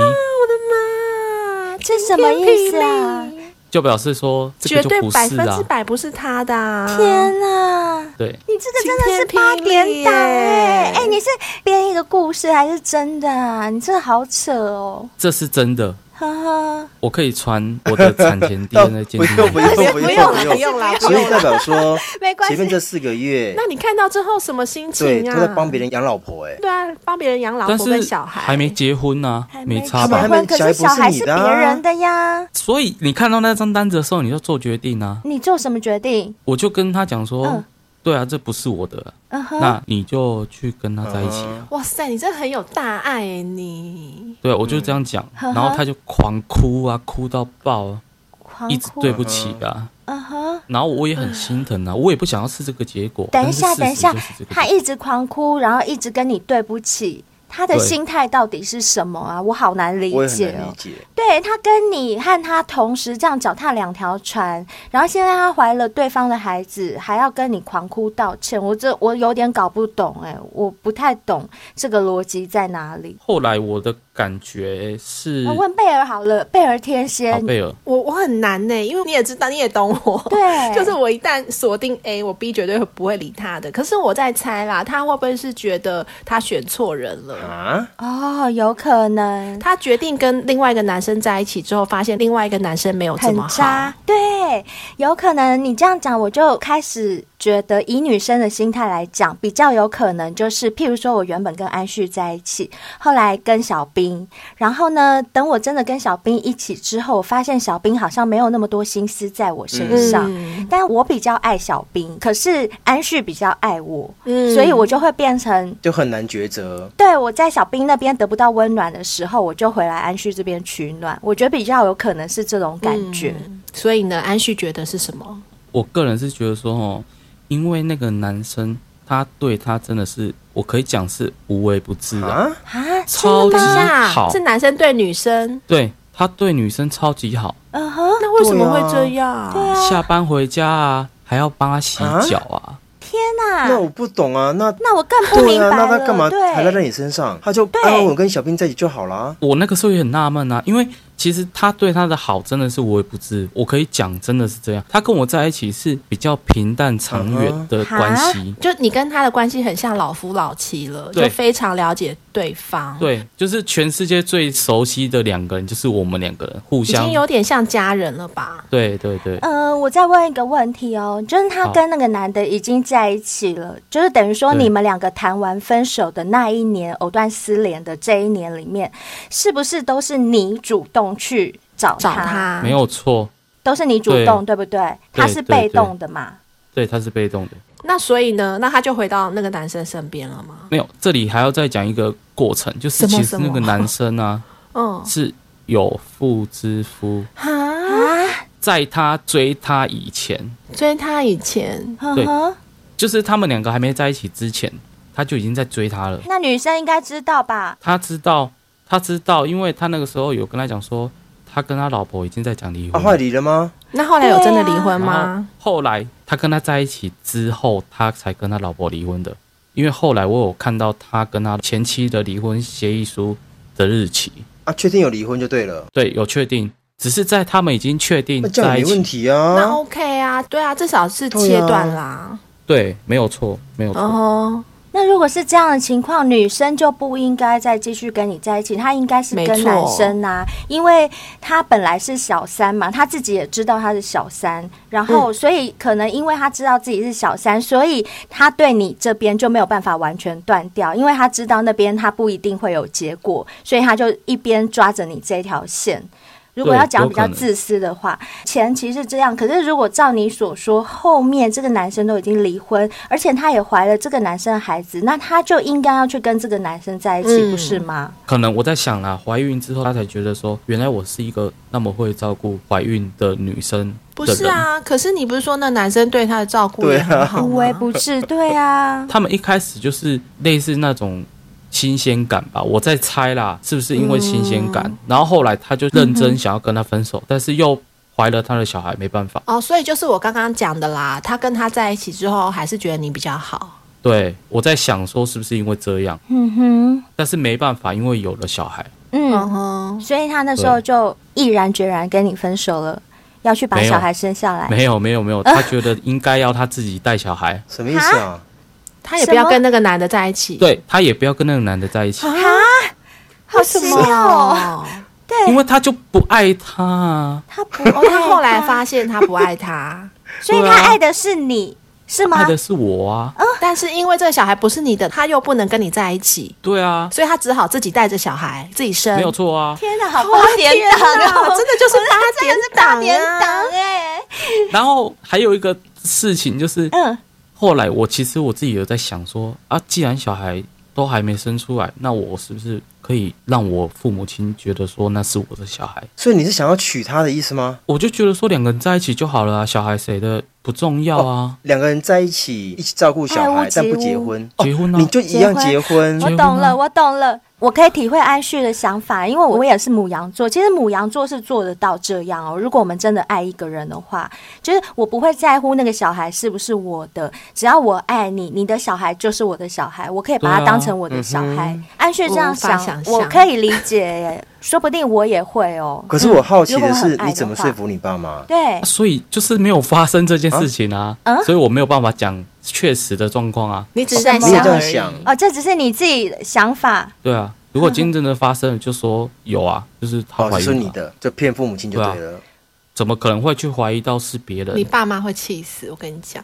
我的妈，
这什么意思啊？
就表示说这
绝
个
对
就不
百
是
分
啊
之。百不是他的、啊。
天啊哪！
对，
你这个真的是
晴天
八
霹
点
雳
档哎、
耶
哎、你是编一个故事还是真的啊？你这好扯哦，
这是真的。
呵呵。
我可以传我的产前 DNA 鉴
不
定
用不
码。
用不
不
用
啦，不用啦，不
所以
用
代
啦。
表说，
没关系
前面这四个月，
那你看到之后什么心
对
情啊？
他在帮别人养老婆，哎，
对啊，帮别人养老
但
婆跟
是
小孩，
还没结婚呢、
还
没差
结
他
吧
们？还
婚，
没
可
小孩
是
不是
小孩
你
是
的
别
啊
人的呀。
所以你看到那张单子的时候，你就做决定啊。
你做什么决定？
我就跟他讲说，
嗯
对啊，这不是我的啊，
嗯哼，
那你就去跟他在一起啊。
哇塞，你真的很有大爱耶你。
对啊，我就这样讲，
呵呵
然后他就狂哭啊，哭到爆啊，
嗯狂
一直
哭
对。不起啊。
嗯哼，
然后我也很心疼啊，我也不想要是这个结果。
等一下，等
但
一
是事实
下
就是这，个
他
结果
一直狂哭，然后一直跟你对不起，他的
对
心态到底是什么啊？我好难理
我也很
解
难
哦
理。解。
对他跟你和他同时这样脚踏两条船，然后现在他怀了对方的孩子，还要跟你狂哭道歉，我这我有点搞不懂哎、我不太懂这个逻辑在哪里。
后来我的感觉是
我、，啊问贝尔好了，贝尔天蝎
好，贝尔，
我我很难呢、因为你也知道，你也懂我。
对
就是我一旦锁定 A，我 B 绝对不会理他的。可是我在猜啦，他会不会是觉得他选错人了？
啊，
哦，有可能
他决定跟另外一个男生在一起之后，发现另外一个男生没有这
很
么好
渣。，对，有可能你这样讲，我就开始觉得以女生的心态来讲，比较有可能就是，譬如说我原本跟安旭在一起，后来跟小兵，然后呢，等我真的跟小兵一起之后，我发现小兵好像没有那么多心思在我身上。
嗯
但我比较爱小兵，可是安旭比较爱我，
嗯
所以我就会变成
就很难抉择。
对，我在小兵那边得不到温暖的时候，我就回来安旭这边取暖。我觉得比较有可能是这种感觉。
所以呢，安旭觉得是什么？
我个人是觉得说，哦，因为那个男生他对他真的是，我可以讲是无微不至啊，
啊，
啊，
超级
等一下
好，
是男生对女生，
对他对女生超级好，
嗯哼，
那为什么
对
会
啊
这样？对啊，
下班回家啊还要帮他洗脚啊，
那我
那
不懂啊，那
那我更不
对
明白
啊，
了。
那他干嘛
对
还赖在你身上？他就安安稳稳跟小兵在一起就好啦。
我那个时候也很纳闷啊，因为其实他对他的好真的是无微不至，我可以讲真的是这样，他跟我在一起是比较平淡长远的关系。
就你跟他的关系很像老夫老妻了，就
对
非常了解对方，，
对，就是全世界最熟悉的两个人，就是我们两个人互
已
相
经。有点像家人了吧？
对对对，
呃，我再问一个问题哦，就是他
好
跟那个男的已经在一起了，就是等于说
对
你们两个谈完分手的那一年，藕断丝连的这一年里面，是不是都是你主动去找
找他
没，有错，
都是你主动，对不对？他是被动的嘛？
对，他是被动的。
那所以呢，那他就回到那个男生身边了吗？
没有，这里还要再讲一个过程，就是
什么
其实那个
什么
男生啊
嗯，
是有妇之夫，
哈，
在他追她以前，
追他以前，
呵
对
呵，
就是他们两个还没在一起之前，他就已经在追她了。
那女生应该知道吧？
他知道，他知道，因为他那个时候有跟他讲说，他跟他老婆已经在讲离
啊，
婚
后
了。
来离了吗？
那后来有真的离婚
然后
吗？
后来他跟他在一起之后，他才跟他老婆离婚的。因为后来我有看到他跟他前妻的离婚协议书的日期，
啊，确定有离婚就对了。
对，有确定，只是在他们已经确定
那这
嗯
样
在
也
一
没问
起，
题
那
啊。
OK 啊，对啊，至少是
对啊
切断啦。哦
对，啊没有错，没有错。
然后
那如果是这样的情况，女生就不应该再继续跟你在一起，她应该是
没
跟
错
男生啊，因为她本来是小三嘛，她自己也知道她是小三，然后
嗯
所以可能因为她知道自己是小三，所以她对你这边就没有办法完全断掉，因为她知道那边她不一定会有结果，所以她就一边抓着你这条线。如果
对
要讲
有
比
可
较
能
自私的话，前期是这样，可是如果照你所说，后面这个男生都已经离婚，而且她也怀了这个男生的孩子，那她就应该要去跟这个男生在一起，
嗯
不是吗？
可能我在想啦，怀孕之后她才觉得说，原来我是一个那么会照顾怀孕的女生的人。
不是啊，可是你不是说那男生对他的照顾也很好
无
吗
微？不至，对啊，
他们一开始就是类似那种新鲜感吧，我在猜啦，是不是因为新鲜感？然后后来他就认真想要跟他分手，但是又怀了他的小孩，没办法。
哦，所以就是我刚刚讲的啦，他跟他在一起之后，还是觉得你比较好。
对我在想说是不是因为这样，
嗯哼，
但是没办法，因为有了小孩，
嗯，
哼，
所以她那时候就毅然决然跟你分手了，要去把
没有
小孩生下来。
没有没有没有，他觉得应该要他自己带小孩，
什么意思啊？
他也不要跟那个男的在一起。
对他也不要跟那个男的在一
哎
起，
好奇妙哦，
哦，
因为他就不爱他啊，
她不，
哦，他后来发现他不爱 他，
所以
对
她
啊
爱的是你，是吗
爱？的是我啊，
但是因为这个小孩不是你的，他又不能跟你在一起，
对啊，
所以他只好自己带着小孩自己生。
没有错啊。
天哪，好八点档
啊，
哦，
真的就是八点档、啊，
八点档哎，
然后还有一个事情就是，
嗯，
后来我其实我自己有在想说啊，既然小孩都还没生出来，那我是不是可以让我父母亲觉得说那是我的小孩，
所以你是想要娶她的意思吗？
我就觉得说两个人在一起就好了啊，小孩谁的不重要啊，
两个人在一起一起照顾小
爱屋
孩，
及
但不结
乌
婚，
结婚啊
你就一样结婚
我
结婚
懂
啊
了，我懂了，我可以体会安旭的想法，因为我也是母羊座。其实母羊座是做得到这样哦。如果我们真的爱一个人的话，就是我不会在乎那个小孩是不是我的，只要我爱你，你的小孩就是我的小孩，我可以把
对
他
啊
当成我的小
嗯
孩。安旭这样
我无
想
法，想象
我可以理解耶，说不定我也会哦。
可是
嗯
我好奇
如果
的
我很
是，
爱
你怎么
的话
说服你爸妈？
对
啊，所以就是没有发生这件事情啊，
哦啊
所以我没有办法讲确实的状况啊，
你只是在
你有
想
这样
而
想
已。
哦，这只是你自己的想法。
对啊，如果今天真的发生了，就说有啊，就是她
哦，就
怀
是
孕
你
了啊，
的，就骗父母亲就对了。
怎么可能会去怀疑到是别
你
人？
爸妈会气死，我跟你讲。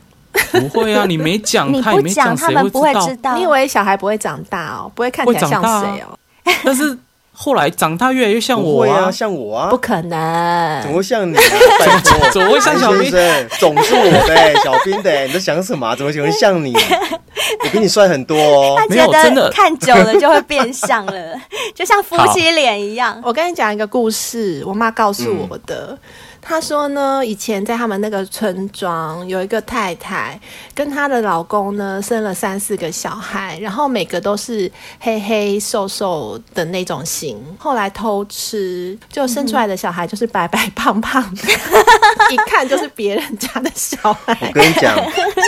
不会啊，你没讲，
你
他也
不
没
讲，他
谁
们不会
道
知。道。
你以为小孩不会长大哦，不会看起来
会长
像
大啊
谁哦？
但是后来长大越来越像
不
我
会啊，像我啊
不，可能
怎。么会像你啊？拜托
怎么会像小
韩
兵
先生？总是我的欸，小兵的欸，你在想什么啊？怎么会像你？我比你帅很多哦
他。
没
觉
有真
得
的
看久了就会变相 了，就像夫妻脸一样。
我跟你讲一个故事，我妈告诉我的。她说呢，以前在他们那个村庄有一个太太，跟她的老公呢生了三四个小孩，然后每个都是黑黑瘦瘦的那种型。后来偷吃，就生出来的小孩就是白白胖胖的， 一看就是别人家的小
我
孩。
跟你讲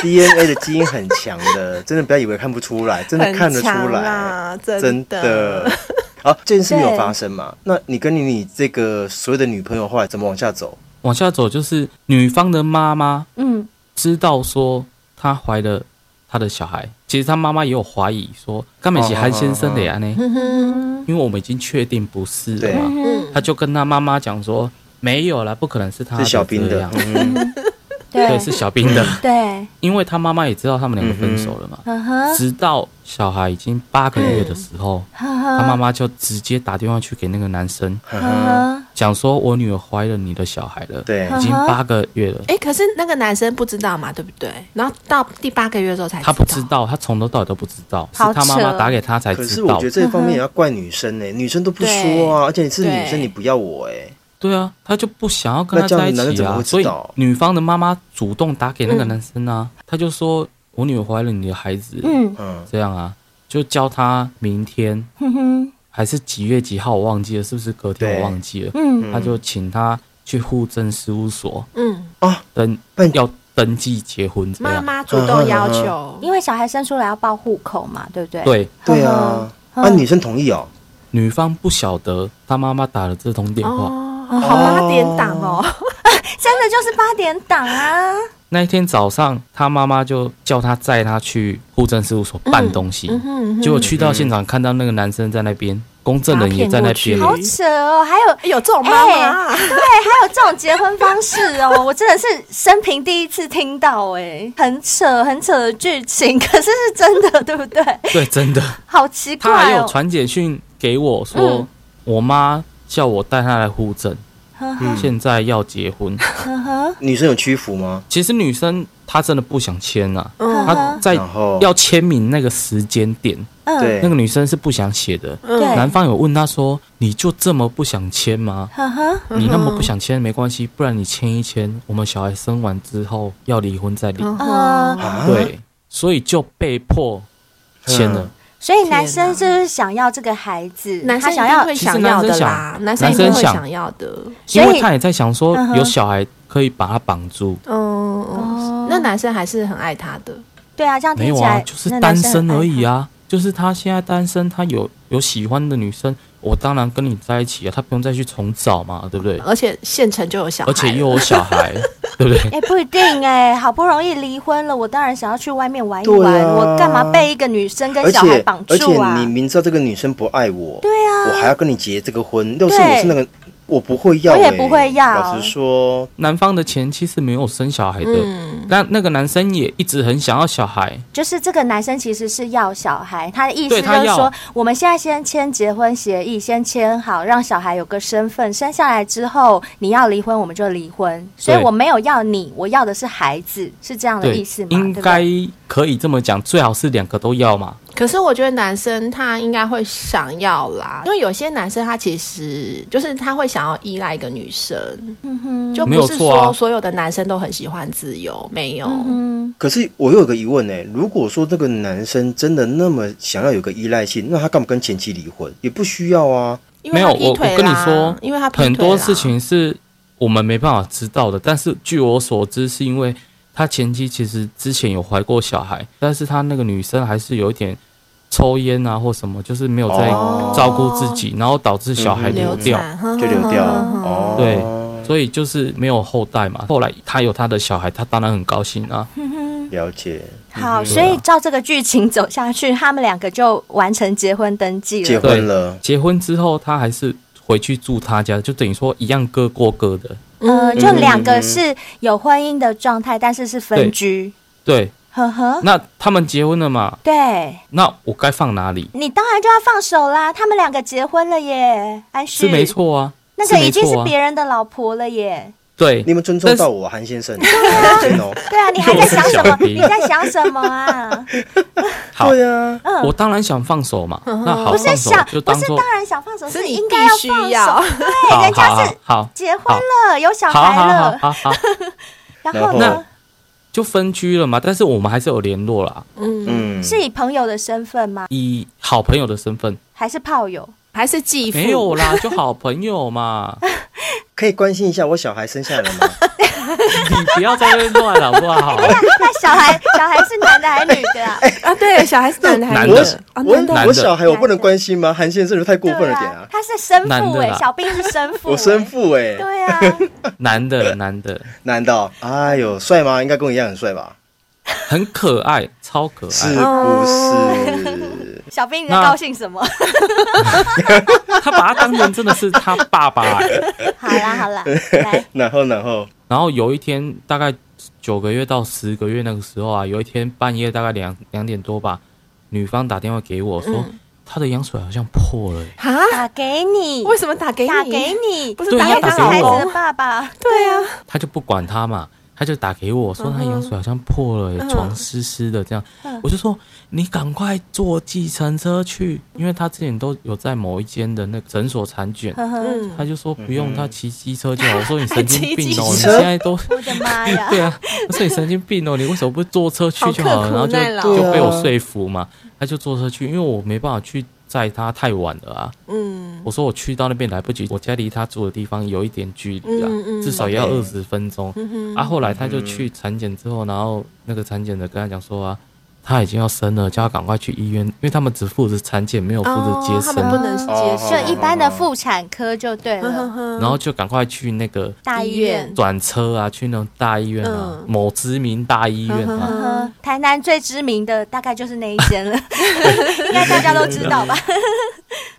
，DNA 的基因很强的，真的不要以为看不出来，真的
很
看得出
强
来
啊，
真
真的
的。好，这件事没有
对
发生嘛？那你跟你你这个所有的女朋友后来怎么往下走？
往下走就是女方的妈妈
嗯，
知道说她怀了她的小孩，其实她妈妈也有怀疑说，甘美喜韩先生的呀
哦
呢， 因为我们已经确定不是了嘛，
嗯，
她就跟她妈妈讲说没有啦，不可能是她
是小兵
这
的
样，
嗯
对
对，是小兵 的，
对，
因为她妈妈也知道他们两个分手了嘛，
嗯哼，
直到小孩已经八个月的时候，
嗯
她妈
哼，
妈就直接打电话去给那个男生，
嗯
讲说我女儿怀了你的小孩了，，
对，
已经八个月
嗯
了。
哎、可是那个男生不知道嘛，对不对？然后到第八个月的时候才
他不知道，他从头到尾都不知道，是
好
他妈
扯哦
妈打给他才
可是
知
我
道
觉得。这方面也要怪女生呢、女生都不说啊，而且你是女
对
生，你不要我哎、
对啊，他就不想要跟
那
他
这样
在一
男人
起
怎么
啊
会，
所
知
以
道
女方的妈妈主动打给那个男生啊，他就说：“我女儿怀了你的孩子，
嗯
嗯，
这样啊，就教他明天
哼哼，嗯
还是几月几号，我忘记了，是不是隔天
对
我忘记了？
嗯
他就请他去户政事务所
嗯，
登
办
要登记结婚，这
妈
样
妈主动要求，
因为小孩生出来要报户口嘛，对不对？，
对。
对啊，
嗯
啊，女生同意哦，
女方不晓得他妈妈打了这通电话，
哦，好八点档哦，
真的就是八点档啊。
那一天早上，他妈妈就叫他载他去户政事务所办东
嗯
西，结果去到现场看到那个男生在那边，公证人也在
把他
那边
骗过
好
了
去。
扯哦，还有
哎有这种妈妈啊、
对，还有这种结婚方式哦，我真的是生平第一次听到哎、很扯很扯的剧情， 可是是真的，对不对？
对，真的，
好奇
他还
怪
有
哦，
传简讯给我说，
嗯
我妈叫我带她来户政，
呵呵
嗯，
现在要结婚。
呵呵，
女生有屈服吗？
其实女生她真的不想签啊，
嗯
她在
然后
要签名那个时间点，
嗯，
对
那个女生是不想写的。
对
男方有问她说：“你就这么不想签吗？”
呵呵。
你那么不想签没关系，不然你签一签，我们小孩生完之后要离婚再
嗯
离。
啊、
啊，
对，所以就被迫签了。
所以男生就是想要这个孩子，
男生
他
一
想
定
要
会想要的啦，男
生
生一定会
想男生想
想要的，
所
因
以
为他也在想说
嗯哼
有小孩可以把他绑住，
嗯，
哦
那男生还是很爱她的，
对啊，这样
没
听
有
起
啊，
来
就是
那
单
男生
身而已
啊。
啊，就是他现在单身，他有有喜欢的女生，我当然跟你在一起啊，他不用再去重找嘛，对 不对？
而且现成就有小孩，
而且又有小孩，对不 对？
哎、不一定哎、好不容易离婚了，我当然想要去外面玩一
对
玩，
啊
我干嘛被一个女生跟
而
小孩
且
绑
而且
住啊
你？明知道这个女生不爱我，
对啊
我还要跟你结这个婚，要是
对
我是那个，我不会要、欸，
我也不会要
老实说，
男方的前妻是没有生小孩的，
嗯，
那那个男生也一直很想要小孩，
就是这个男生其实是要小孩，他的意思
对
就
他
是
要
说，我们现在先签结婚协议，先签好，让小孩有个身份，生下来之后你要离婚我们就离婚，所以
对
我没有要你，我要的是孩子，是这样的
对，
意思吗？对
应
不对
该可以这么讲，最好是两个都要嘛。
可是我觉得男生他应该会想要啦，因为有些男生他其实就是他会想要依赖一个女生，就
没有
不是
错啊
说所有的男生都很喜欢自由，没有，
可是我又有个疑问呢、如果说这个男生真的那么想要有个依赖性，那他干嘛跟前妻离婚？也不需要啊。
因为
没
他
有，
劈
我
腿啦
我跟你说，
因为他劈腿
很多
啊啦
事情是我们没办法知道的。但是据我所知，是因为他前妻其实之前有怀过小孩，但是他那个女生还是有一点抽烟啊或什么，就是没有在
哦
照顾自己，然后导致小孩
嗯
流
流
掉。
产哼
就流掉了
哼哼哼
哦。
对，所以就是没有后代嘛。后来他有他的小孩，他当然很高兴啊。
了解。
好，所以照这个剧情走下去，他们两个就完成结婚登记
结
了。
婚了，
结婚之后，他还是回去住他家，就等于说一样各过各的。
嗯，就两个是有婚姻的状态，但是是分居。
对，
呵呵，
那他们结婚了嘛？
对
那我该放哪里？
你当然就要放手啦，他们两个结婚了耶，安旭。
是没，错啊，
那个
没
已经是
错啊
别人的老婆了耶。
对
你，们尊重到我，韩先生。真 的哦
对啊，你还在想什
又是小
么？
兵
你在想什么啊？
好，
对啊，
嗯
我当然想放手嘛。那 好，
不是
放手
想，不
就当
是
做
当然想放手，
是
是
你
应
必
该
须
放
要
手。对，
好
人家
好
是
好
结婚了，有小
好好
孩
好
了，
好好，好
然
然
后
后
呢
呢，就分居了嘛。但是我们还是有联络啦，
嗯，
嗯，
是以朋友的身份吗？
以好朋友的身份
还是炮友？
还是继父
没 有啦，就好朋友嘛。
可以关心一下我小孩生下来了吗？
你不要在那边乱好不 好？
那小孩，小孩是男的还是女的啊？
哎
啊？ 对，小孩是 男的还是
男
女
我
的
的？啊
我
男的
男
我
的
小孩我不能关心吗？韩先生太过分了点
对
啊！
他是生
男
父
的
哎、
啦
小兵是生
啊
父、
我生。父哎，
对 啊，
男的，男的，
男的哦，哎呦，帅吗？应该跟我一样很帅吧？
很可爱，超可
是
爱。
不
哦
是？
小兵你在
那
高兴什么？
他把他当成真的是他爸爸欸、
好啦好啦，来，
然后然后，
然后有一天，大概九个月到十个月那个时候啊，有一天半夜大概两两点多吧，女方打电话给我说，她的羊水好像破了欸、
啊？
打给你，
为什么打给你？
打给你？
不是
对
打
要
给
打
他
给
孩
老
我
子
公
的？爸爸，
对啊，
她就不管他嘛，她就打给我说她羊水好像破了欸、床湿湿的这样，我就说你赶快坐计程车去，因为她之前都有在某一间的那个诊所产检。
呵呵，
嗯，
她就说不用，她骑机车就好。我说你神
骑
经病哦，
机
你
车
现在都！
我的妈呀
对啊，我说你神经病哦，你为什么不坐车去就
好
好
刻
了？
苦
然后就
耐劳哦
就被我
对啊
说服嘛，他就坐车去，因为我没办法去载他，太晚了啊。
嗯，
我说我去到那边来不及，我家离他住的地方有一点距离啊，
嗯嗯
至少也要
OK
二十分钟。啊，后来他就去产检之后，然后那个产检的跟他讲说啊。他已经要生了，叫他赶快去医院，因为他们只负责产检，没有负责接
哦，他
生，
们不能接
哦
受
就一般的妇产科就对
嗯
了，
然后就赶快去那个
大医院。
转车啊，去那种大医院啊，
嗯
某知名大医院
呵
啊，
呵，嗯台南最知名的大概就是那一间了，应该大家都知道吧？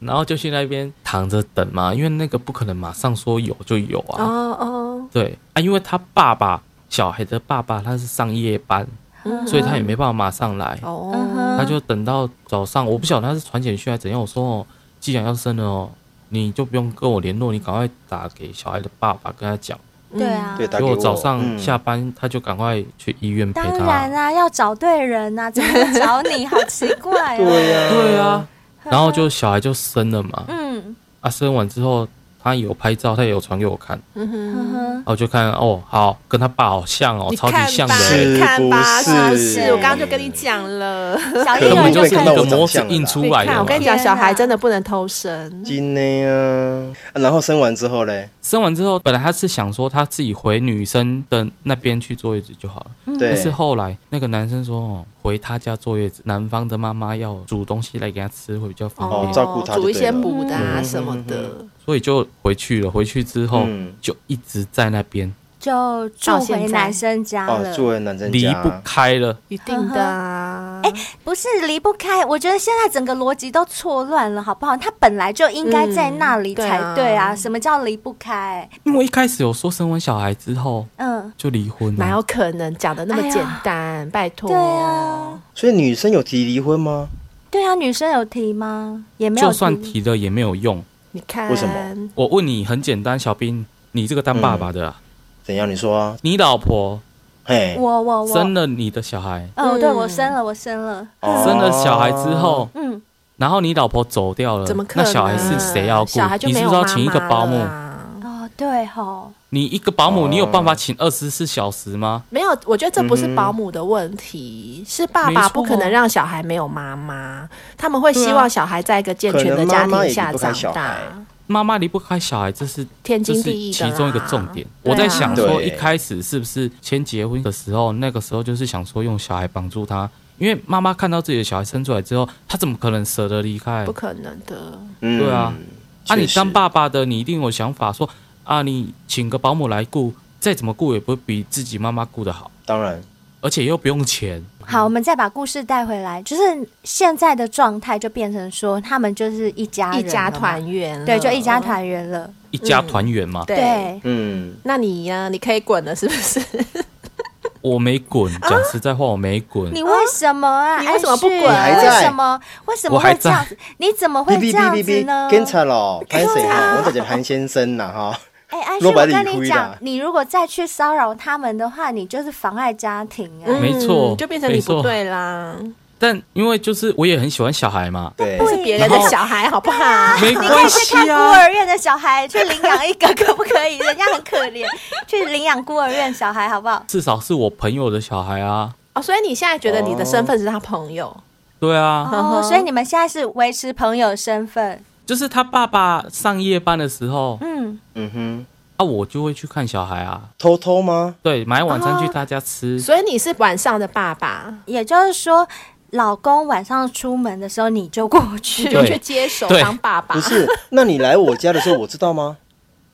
然后就去那边躺着等嘛，因为那个不可能马上说有就有啊。
哦哦，
对啊，因为他爸爸小孩的爸爸他是上夜班，
嗯
所以他也没办法马上来，
嗯
哦，
哼
他就等到早上。我不晓得他是传简讯还是怎样。我说哦，既然要生了哦，你就不用跟我联络，你赶快打给小孩的爸爸跟他讲。
对啊，
对，打
结
给
果
我
早上
嗯
下班他就赶快去医院陪
当
他
然。啦、要找对人呐、怎么会找你？好奇怪哦。
对呀，
对啊，然后就小孩就生了嘛。
嗯，
啊，生完之后他有拍照，他也有传给我看。
嗯
呵
哼。
呵，
然后就看哦，好，跟他爸好像哦，
你
超
看
级
吧，
像的
是
欸。
你看吧，
是
是不
不
是？
是
我刚刚就跟你讲了，
小
可
婴
能
儿
我就是
就
一
看
到
个
我
模
长
子
相了
印
啦
出来
你看，
的
我
嘛
跟。你讲，
天哪
小孩真的不能偷生。
今天啊，啊然后生完之后嘞，
生完之后，本来他是想说他自己回女生的那边去坐月子就好了，但
对，
嗯是后来那个男生说哦，回他家坐月子，男方的妈妈要煮东西来给他吃会比较方
哦
便，
照顾他就
煮一些
对了
补的啊
嗯
什么的，
所以就回去了。回去之后、
啊
嗯
就一直在那边
就住回男生家
哦，
了，
作为男生
离
家
不开了。
一定的啊。
哎不是离不开。我觉得现在整个逻辑都错乱了，好不好？他本来就应该在那里才
嗯对
对
啊
啊。什么叫离不开？
因为一开始有说生完小孩之后
嗯，
就离婚
哪有
了，
可能讲的那么简单？拜托，
对啊，
所以女生有提离婚吗？
对啊，女生有提吗？也没有，
就算，提了也没有用。
你看
为什么？
我问你，很简单，小兵，你这个当爸爸的啊、
怎样？你说啊？
你老婆
嘿，
我我我，
生了你的小孩，
嗯，对我
嗯
生了，我生了，
哦
生了小孩之后，
嗯，
然后你老婆走掉了，
怎么可
那
能？啊
小孩是谁要顾
小孩？就
你
没
是
有
不是要请一个保
妈
姆
妈？啦
哦，对吼，
你一个保姆，
哦
你有办法请二十四小时吗？
没有，我觉得这不是保姆的问题，是爸
没错
爸
啊
不可能让小孩没有妈妈，他们会希望小孩在一个健全的家庭下
可能妈妈也离不开
长
小
大
孩，
妈妈离不开小孩，这是
天
这
经
是
地义的
其
啦。
中一个重点。
对啊
我在想说，
对
一开始是不是先结婚的时候，那个时候就是想说用小孩绑住他，因为妈妈看到自己的小孩生出来之后，她怎么可能舍得离开
不？可能的，
嗯
对啊，啊，
确
你
实
当爸爸的，你一定有想法说啊，你请个保姆来顾，再怎么顾也不会比自己妈妈顾得好，
当然，
而且又不用钱。
好，我们再把故事带回来，就是现在的状态就变成说，他们就是一家
一
人
家
了嘛
团，圆，
对，就一家。团圆了，
一家团圆嘛，
对，
对，
嗯，
那你呀、你可以滚了，是不是？
我没滚，
啊
讲实在话，我没滚。
你为什么啊？
你为什么不滚
安旭
你还
在
为什么？为什么
我还
会这样子？你怎么会
哔哔
这样
哔
子
哔
呢
哔，？跟查咯，拍谁哈？我在讲韩先生呐哈，
哎，安旭，
罗
我
百里
跟你
灰
讲
啦，
你如果再去骚扰他们的话，你就是妨碍家庭啊。
嗯
没错
就变成
没
你
错
不对啦，
但因为就是我也很喜欢小孩嘛，
对，
是别人的小孩，好不好？
没
你可以
关
去
系
看孤
啊。
儿院的小孩，去领养一个， 可不可以？人家很可怜，去领养孤儿院小孩，好不好？
至少是我朋友的小孩啊，
哦，所以你现在觉得你
哦
的身份是他朋友，
对啊，
嗯
哦，
哼
所以你们现在是维持朋友身份，
就是他爸爸上夜班的时候，
嗯，
嗯哼，
啊，我就会去看小孩啊，
偷偷吗？
对，买晚餐去他家吃，
嗯所以你是晚上的爸爸，
也就是说，老公晚上出门的时候你就过去，
就
对
去接手
对
当爸爸
不，是，那你来我家的时候，我知道吗？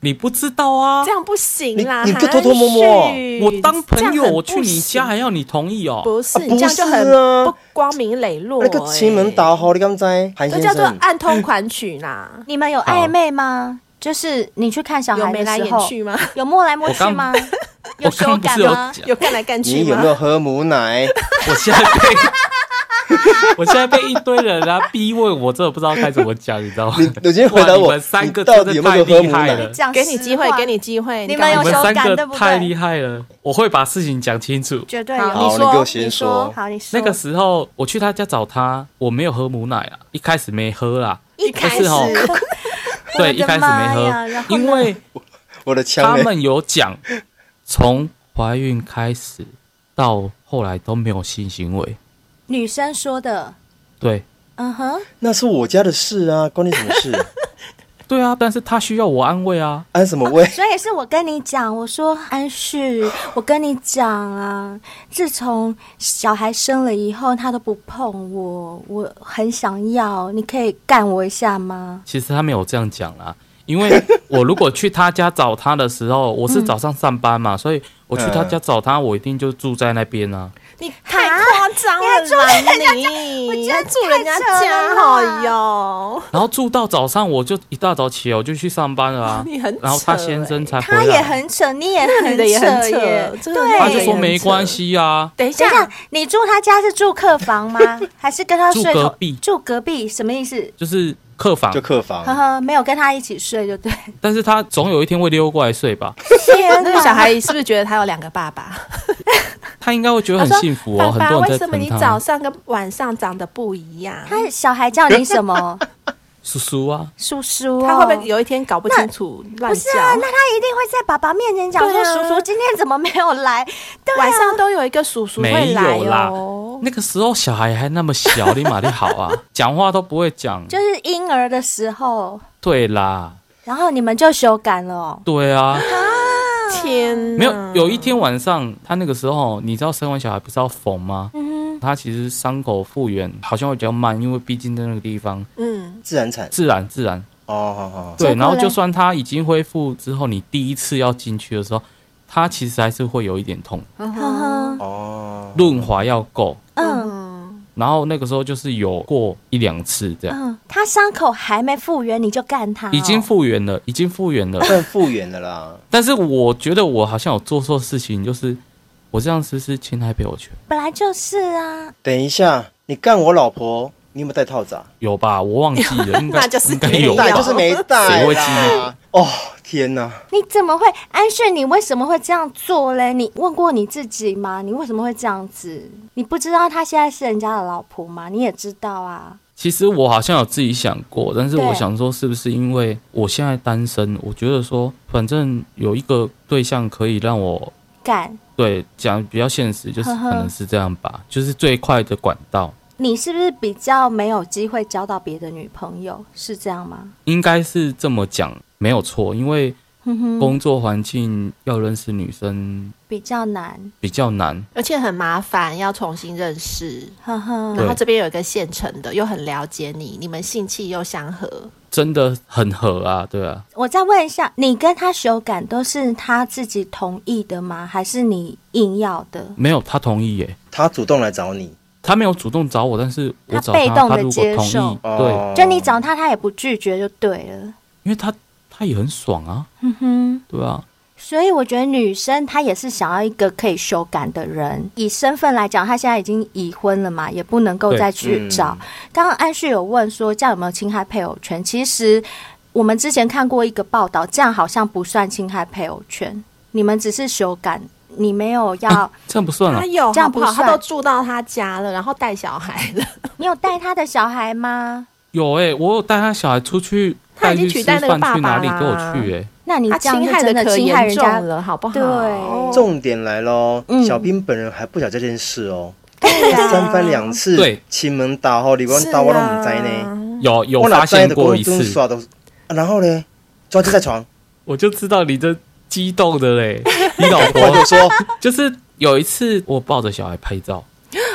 你不知道啊
这，样不行啦，
你你就
韩
偷偷摸摸哦
旭
我当朋
这
友，
样很
我去
不
你家
行
还要你同意哦，
不是
啊
你这样就很
不是啊
不光明磊落，
那个亲门
欸，
打好，你敢知？韩
这
先
叫做
生，
暗通款曲啦，
你们有暧昧吗？就是你去看小
有
孩
眉
的
来
时
眼
候，
去吗？
有摸来摸去吗？有
我
手
刚不
感
是有
吗
讲？，
有干来干去
你有
吗
没？有喝母奶？
我现在被。我现在被一堆人啊逼问，我真的不知道该怎么讲，你知道吗？
你你先回答
哇你
我
们三个
你到
真的
底有
太
没有喝
厉
母
害
奶
了，
讲
给你机会
实，话
啊给你机会，
你们
干嘛
有
你们
手
三
感
个
对不对
太厉害了，我会把事情讲清楚。
绝对
好
有。
好
你说
你给我先
你说，好，你说
那个时候我去他家找他，我没有喝母奶啊，一开始没喝啦，
一开始
就是哦
哎
对，一开始没
我的妈呀然
喝，
后呢
因为
我的
他
欸枪嘞，
们有讲，从怀孕开始到后来都没有性行为，
女生说的，
对，
嗯哼，
那是我家的事啊，关你什么 事？
对啊，但是他需要我安慰啊，
安什么慰？
所以是我跟你讲，我说安旭，我跟你讲啊，自从小孩生了以后，他都不碰我，我很想要，你可以干我一下吗？
其实他没有这样讲啦，因为我如果去他家找他的时候，
嗯
我是早上上班嘛，所以我去他家找他，我一定就住在那边啊。
你太夸张了啦，你哎你还住人家家，好哟，
然后住到早上，我就一大早起来我就去上班了 啊。
你很扯欸
然后他先生才啊回
他也
来，
很扯，你也
那
很
女的也很扯
耶，
这个女的
对，
他就说没关系啊。
等一下
等一，下，你住他家是住客房吗？还是跟他睡
住
同
隔壁
住隔壁什么意思？
就是客房
就，客
呵
房，
呵，没有跟他一起睡就对。
但是他总有一天会溜过来睡吧？
天
那个小孩是不是觉得他有两个爸爸？
他应该会觉得
他
很
说
幸福
爸
哦，很
爸，
多
为
人在
什么你
疼
早
他。
上跟晚上长得不一样？
他小孩叫你什么？
叔叔啊，
叔叔、哦？
他会不会有一天搞不清楚乱
不是
叫？
啊，那他一定会在爸爸面前讲说：“
对啊
叔叔今天怎么没有 来？”对啊
晚上都有一个叔叔
没
会来
有啦
哦。
那个时候小孩还那么小，立马就好啊，讲话都不会 讲。
就是婴儿的时候，
对啦，
然后你们就修改了、哦。
对 啊。
天哪，
没有，有一天晚上，他那个时候，你知道生完小孩不是要缝吗？
嗯
他其实伤口复原好像会比较慢，因为毕竟在那个地方
嗯，
自然产。
自然自然。
哦，好好，好
结
对，
果
然后
嘞
就算他已经恢复之后，你第一次要进去的时候，他其实还是会有一点痛，
嗯
呵呵，
哦，
润滑要够。
嗯
然后那个时候就是有过一两次这样，
嗯，他伤口还没复原，你就干他哦、
已经复原了，已经复原了。
算复原的啦。
但是我觉得我好像有做错事情，就是我这样是不是侵害配偶权？
本来就是啊，
等一下，你干我老婆，你有没有带套子啊？
有吧？我忘记了，应该
那就是
应该
没
有
有
吧
带？就是没带啦。
谁会记得
哦，天哪、
你怎么会？安炫，你为什么会这样做嘞？你问过你自己吗？你为什么会这样子？你不知道她现在是人家的老婆吗？你也知道啊。
其实我好像有自己想过，但是
对
我想说，是不是因为我现在单身？我觉得说，反正有一个对象可以让我
干，
对讲比较现实，就是
呵呵
可能是这样吧，就是最快的管道，
你是不是比较没有机会交到别的女朋友？是这样吗？
应该是这么讲没有错。因为
嗯哼哼，
工作环境要认识女生
比较难，
比较难，
而且很麻烦，要重新认识。
呵呵。
对
然后这边有一个现成的，又很了解你，你们性气又相合。
真的很合啊，对啊。
我再问一下，你跟他修改都是他自己同意的吗？还是你硬要的？
没有，他同意耶，
他主动来找你，
他没有主动找我，但是我
他
找
被
他，
动地
他如果
接
同意，
受
对，
哦
就你找他，他也不拒绝就对了。
因为他他也很爽啊，
嗯
哼哼。
对啊，
所以我觉得女生她也是想要一个可以修改的人。以身份来讲，她现在已经已婚了嘛，也不能够
对
再去找。刚刚安旭有问说，这样有没有侵害配偶权？其实我们之前看过一个报道，这样好像不算侵害配偶权，你们只是修改，你没有要，
这样不算啊
他，有
这样
好哎不好？
不算
他都住到他家了，然后带小孩 了，
你有带他的小孩吗？
有哎、我有带他小孩出去，
他
带
已经
去
取
吃
代
饭
那个爸
去哪
爸
里都有
啦
去哎、
那你
他
这样
侵
就
害
真
的可
啊侵害
严
人
重
家。哦
了，好不好？
对
重点来喽，
嗯
小兵本人还不晓这件事哦，
对啊
三番两次，
对，
亲门打后，你不
是
打我都
啊
唔知呢，
有有
我哪
发
知
现
的
过一次，
耍都，啊然后呢，抓奸在床，
我就知道你这激动的嘞，你老
我
婆
就说，
就是有一次我抱着小孩拍照，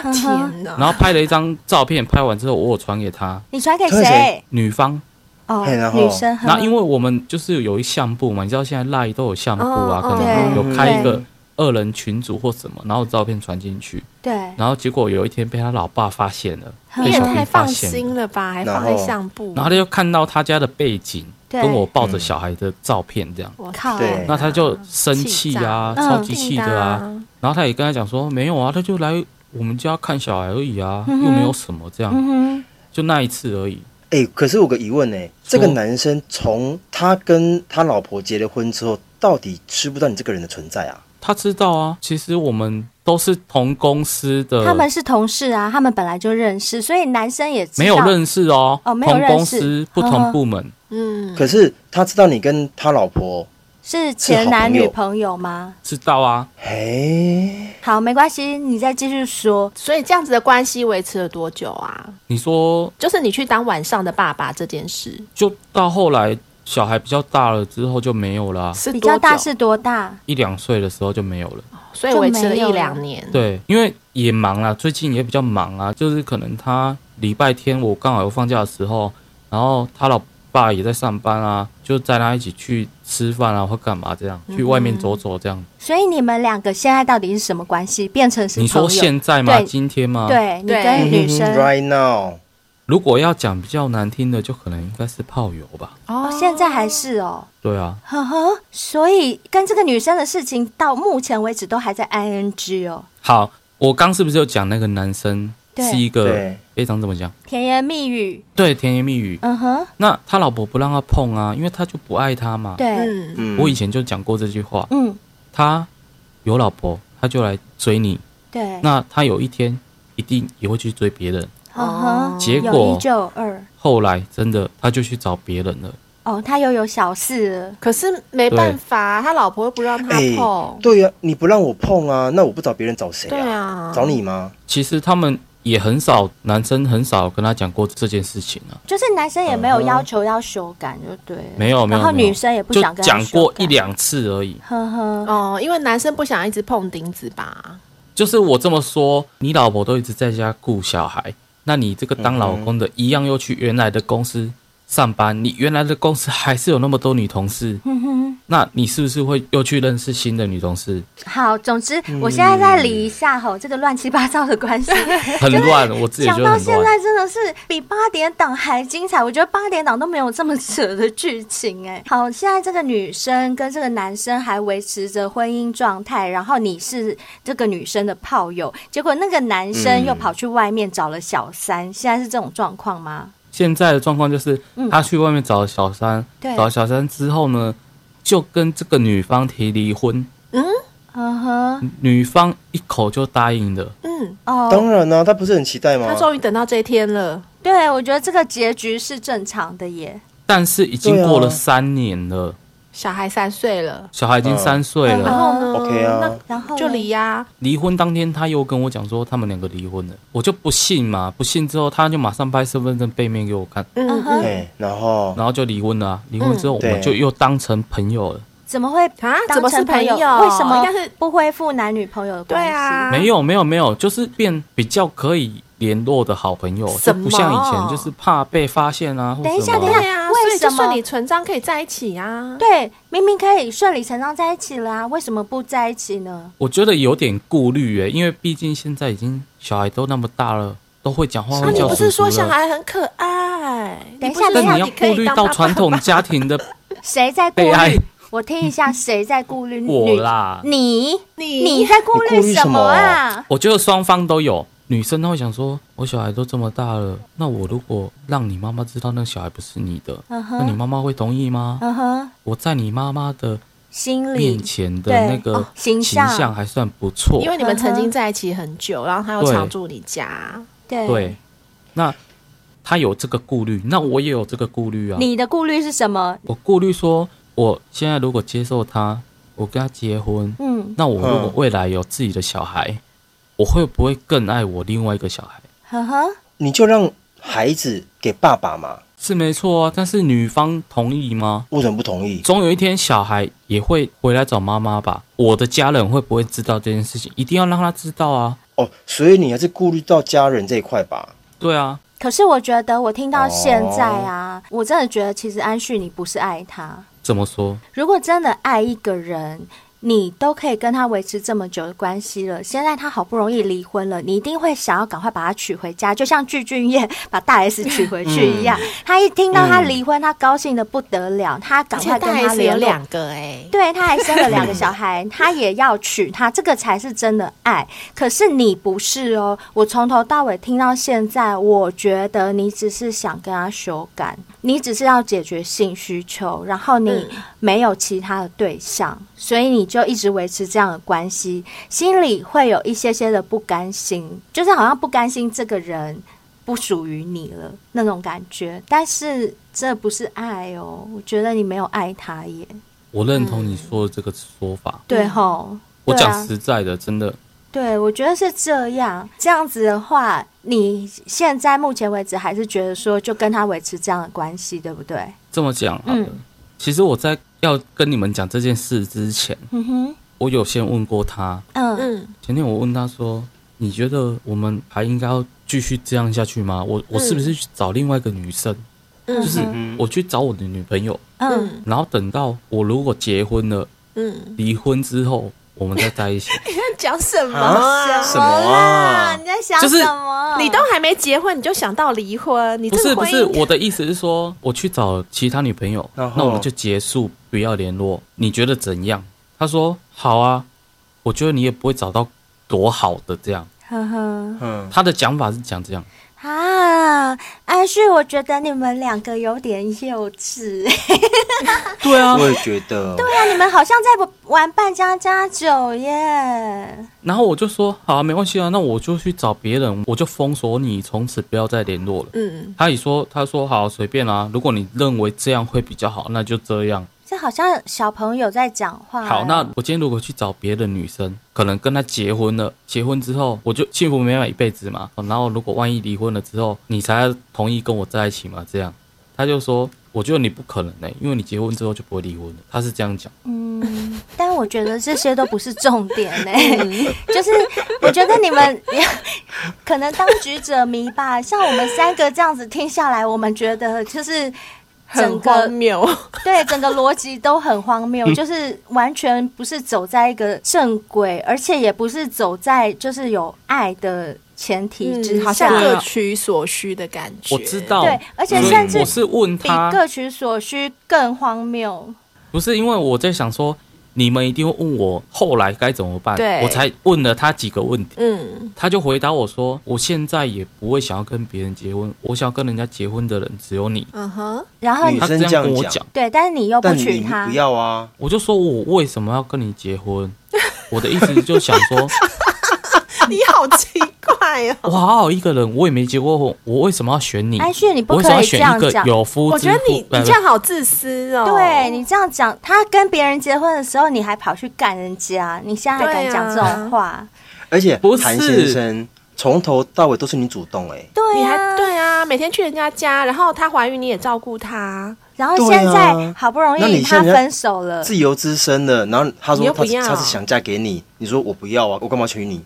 嗯哼
天哪！
然后拍了一张照片，拍完之后我有传给他
你传给
传给
谁
谁？
女
嗯
方，
哦
嘿然，后
女生很
那因为我们就是有一项目嘛，你知道现在赖都有项目啊，
哦
可
哦
能
对
有开一个
嗯
二人群组或什么，然后照片传进去，
对，
然后结果有一天被他老爸发现了，
你
被
你也
小
太
兵发
放
现
心
了，
了吧，还
然
放
后
在相簿。
然后他就看到他家的背景
对
跟我抱着小孩的照片这样，
我
靠
对
那他就生气
气
啊，
炸
超级气的啊，
嗯
然后他也跟他讲说没有啊，他就来我们家看小孩而已啊，
嗯哼
又没有什么这样，
嗯
就那一次而已。
哎、可是我有个疑问呢、这个
说
男生从他跟他老婆结了婚之后，到底知不知道你这个人的存在啊？
他知道啊，其实我们都是同公司的，
哼，他们是同事啊，他们本来就认识，所以男生也知道
没有认识哦，
哦没有
同
认识
公司不同部门，
嗯，
可是他知道你跟他老婆，
是前男女朋友吗？
知道啊，
嘿，
好，没关系，你再继续说。
所以这样子的关系维持了多久啊？
你说
就是你去当晚上的爸爸这件事
就到后来小孩比较大了啊之后就没有啦、
是
比
多
较大
久
是多大？
一两岁的时候就没有
哦
了。
所以维持了
就没有
一
了
两年。
对，因为也忙啦，最近也比较忙啊，就是可能他礼拜天我刚好有放假的时候，然后他老爸也在上班啊，就载他一起去吃饭啊或干嘛这样，
嗯
去外面走走这样。
所以你们两个现在到底是什么关系？变成是
你
朋友？
说现在吗？
对
今天吗？，
对你
对
跟女
嗯
生，
，right now，
如果要讲比较难听的，就可能应该是炮友吧。
哦现在还是哦，
对啊，
呵呵。所以跟这个女生的事情到目前为止都还在 ing 哦，
好，我刚是不是有讲那个男生
对
是一个
对
非常怎么讲？
甜言蜜语。
对，甜言蜜语。
嗯哼，
那他老婆不让他碰啊，因为他就不爱他嘛。
对，嗯
嗯，
嗯，
我以前就讲过这句话，
嗯，
他有老婆，他就来追你。
对，
那他有一天一定也会去追别人。
呵呵，
结
嗯有一
果
就有二。
后来真的他就去找别人了。
哦，他又有小四了。
可是没办法，他老婆又不让他
哎、
碰。
对呀、你不让我碰啊，那我不找别人找谁
对
啊？
啊，
找你吗？
其实他们也很少，男生很少跟他讲过这件事情啊。
就是男生也没有要求要修改，就对了。
没有没有，
然后
没有
女生也不
就
想跟他
讲
修
过
改
一。两次而已。
呵呵，
哦，因为男生不想一直碰钉子吧？
就是我这么说，你老婆都一直在家顾小孩，那你这个当老公的，一样又去原来的公司上班，你原来的公司还是有那么多女 同事，
嗯哼，
那你是不是会又去认识新的女同事？
好，总之
嗯
我现在再理一下吼，这个乱七八糟的关 系，
很乱，我自己也
讲
觉得
到
很
现
乱。
在真的是比八点档还精彩。我觉得八点档都没有这么扯的剧情哎、 好，现在这个女生跟这个男生还维持着婚姻状态，然后你是这个女生的炮友，结果那个男生
嗯
又跑去外面找了小三，现在是这种状况吗？
现在的状况就是，他去外面找小三，
嗯对
找小三之后呢，就跟这个女方提离婚，
嗯哼，
女方一口就答应了。
嗯，
哦，
当然啦、他不是很期待吗
他？终于等到这一天了。
对，我觉得这个结局是正常的耶。
但是已经
对啊
过了三年了，
小孩三岁了，
小孩已经
嗯
三岁
然
了，
后呢
OK 啊
嗯然后
就
嘞
离啊呀、
离婚当天他又跟我讲说他们两个离婚了，我就不信嘛，不信之后他就马上拍身份证背面给我看，
嗯
嗯
嗯
哼
哎，然后
然后就离婚了、啊。离婚
嗯
之后我们
对
就又当成朋友了。
怎么会
啊，
当
怎么是
成
朋
朋
友？
为什么
应该是
不恢复男女朋友的
对
关系？
啊，
没有没有没有，就是变比较可以联络的好朋友，就
什么
不像以前就是怕被发现啊。或
等一下
什么
等一
对
下
啊，
为
所以就
什么
顺理成章可以在一起啊。
对，明明可以顺理成章在一起啦、为什么不在一起呢？
我觉得有点顾虑耶，因为毕竟现在已经小孩都那么大了，都会讲话
啊
啊，
会
你
叫
不
叔
是说
叔
小
了。
孩很可爱？
等一
不
下
是
等一
但
说
下
你要
可以
顾虑
当
到
爸爸
传统
吗
家庭的
谁在顾
悲哀
虑？我听一下，谁在顾虑女？
我啦，
你
你
你在顾
你顾虑
虑什么啊？
我觉得双方都有。女生她会想说，我小孩都这么大了，那我如果让你妈妈知道那个小孩不是你的，
嗯
那你
哼，
妈妈会同意吗？
嗯哼，
我在你妈妈的
心
面
里
前的
对
那个
哦形
形
象
象还算不错，
因为你们曾
呵
经
呵
在一起很久，然后他又
对
常住你家，
对
对，那他有这个顾虑，那我也有这个顾虑啊。
你的顾虑是什么？
我顾虑说，我现在如果接受他，我跟他结婚，
嗯，
那我如果
嗯
未来有自己的小孩，我会不会更爱我另外一个小孩？
呵呵，
你就让孩子给爸爸嘛，
是没错啊，但是女方同意吗？
为什么不同意？
总有一天小孩也会回来找妈妈吧。我的家人会不会知道这件事情？一定要让他知道啊。
哦，所以你还是顾虑到家人这一块吧。
对啊，
可是我觉得我听到现在啊，
哦
我真的觉得其实安旭你不是爱他，
怎么说？
如果真的爱一个人，你都可以跟他维持这么久的关系了。现在他好不容易离婚了，你一定会想要赶快把他娶回家，就像具俊晔把大 S 娶回去一样。他一听到他离婚，他高兴的不得了，他赶
而且
快
大
跟他
S
联
有
络。
两个哎、
对，他还生了两个小孩，他也要娶她，这个才是真的爱。可是你不是哦，我从头到尾听到现在，我觉得你只是想跟他修改，你只是要解决性需求，然后你没有其他的对象，所以你就一直维持这样的关系，心里会有一些些的不甘心，就是好像不甘心这个人。不属于你了那种感觉，但是这不是爱哦，我觉得你没有爱他耶。
我认同你说的这个说法。
对吼，
我
对
讲
啊，
实在的，真的，
对，我觉得是这样。这样子的话，你现在目前为止还是觉得说，就跟他维持这样的关系，对不对？
这么讲好了。
嗯
其实我在要跟你们讲这件事之前，
嗯哼，
我有先问过他。
嗯
嗯，
前天我问他说：“你觉得我们还应该要继续这样下去吗？我我是不
嗯
是去找另外一个女生？
嗯
就是
嗯
我去找我的女朋友，
嗯，
然后等到我如果结婚了，
嗯，
离婚之后我们再在一起。
你在讲什么
啊
啊
什么啊
你？在想
就是
什么？
你都还没结婚，你就想到离婚？你”
不
这
是
个
不
婚
是，
姻
我的意思是说，我去找其他女朋友，
然后
那我们就结束，不要联络。你觉得怎样？他说：“好啊，我觉得你也不会找到多好的这样。
呵呵”
嗯，
他的讲法是讲这样。
啊，安旭，我觉得你们两个有点幼稚，
对啊，
我也觉得。对
那你们好像在玩扮家家酒耶。
然后我就说好、啊，没关系啊，那我就去找别人，我就封锁你，从此不要再联络了。
嗯，
他也说，他说好，啊随便啦、如果你认为这样会比较好，那就这样。
这好像小朋友在讲话。
好，那我今天如果去找别的女生，可能跟她结婚了，结婚之后我就幸福美满一辈子嘛。然后如果万一离婚了之后，你才同意跟我在一起嘛？这样，他就说，我觉得你不可能呢、因为你结婚之后就不会离婚了。他是这样讲，
嗯，但我觉得这些都不是重点呢、
嗯
就是我觉得你们可能当局者迷吧，像我们三个这样子听下来，我们觉得就是整
很荒
个
谬。
对整个逻辑都很荒 谬，就是完全不是走在一个正轨，而且也不是走在就是有爱的前提之
嗯，好
下
像。
对啊
各取所需的感觉。
我知道，
对，而且
所以
甚至
我是问
比
他，
各取所需更荒谬。
不是因为我在想说，你们一定会问我后来该怎么办
对，
我才问了他几个问题，
嗯，
他就回答我说，我现在也不会想要跟别人结婚，我想要跟人家结婚的人只有你。
嗯哼，
然后
女
你
他
生
这
这
样
样
跟我
讲
讲，
对，但是你又不
但
娶
你
她
不，要啊，
我就说我为什么要跟你结婚？ 我的意思就想 说，
你好奇怪 哦。
我好好一个人，我也没结过婚，我为什么要选你？
安哎旭你不
我为什么
可
要
以这
选
样
一个
讲
有夫
我
之
觉得你
妇？
你这样好自私哦。
对你这样讲，他跟别人结婚的时候，你还跑去干人家，你现在还敢讲这种话？
而且
不是
韩先生从头到尾都是你主动哎、
对
你还
啊，
对啊，每天去人家家，然后她怀孕你也照顾她，
然后
对
现
啊
在好不容
那
易
你
他
现在
分手了，
自由之身的，然后他
你
说
又
他
不
是
要
他是想嫁给你，你说我不要啊，我干嘛娶你？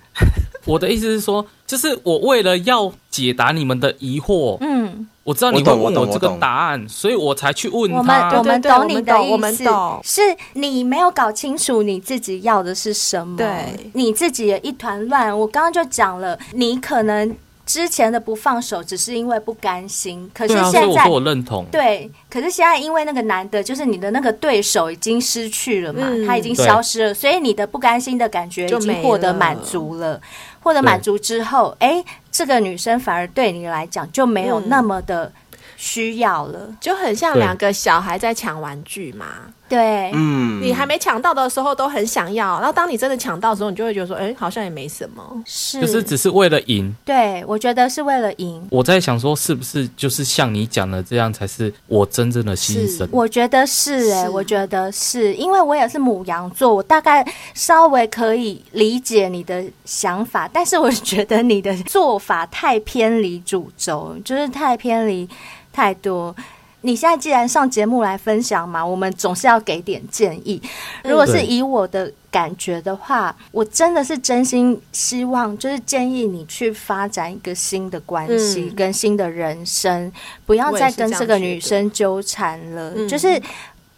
我的意思是说，就是我为了要解答你们的疑惑，
嗯，
我知道你
我
会
懂
问
我懂
这个
我懂
答案，所以我才去问
我们
他。
我们
对对对
懂你
我们
的
懂我
意
们
思
懂，
是你没有搞清楚你自己要的是什么，
对
你自己也一团乱。我刚刚就讲了，你可能之前的不放手，只是因为不甘心，可是
对啊，所以
现
我
在
说我认同。
对，可是现在因为那个男的，就是你的那个对手已经失去了嘛，
嗯
他已经消失了，所以你的不甘心的感觉已
就
经
没
获得
了
满足了。获得满足之后，哎，这个女生反而对你来讲就没有
嗯
那么的需要了。
就很像
对
两个小孩在抢玩具嘛。
对，
嗯，
你还没抢到的时候都很想要，然后当你真的抢到的时候，你就会觉得说，哎、好像也没什么。
是，
就是只是为了赢，
对，我觉得是为了赢。
我在想说，是不是就是像你讲的这样，才是我真正的牺
是
牲？
我觉得是哎、
是
我觉得是因为我也是母羊座，我大概稍微可以理解你的想法，但是我觉得你的做法太偏离主轴，就是太偏离太多。你现在既然上节目来分享嘛，我们总是要给点建议。
嗯
如果是
对
以我的感觉的话，我真的是真心希望，就是建议你去发展一个新的关系
嗯
跟新的人生，不要
我也
再
是
跟
这样
这个
觉
女
得
生纠缠了。
嗯
就是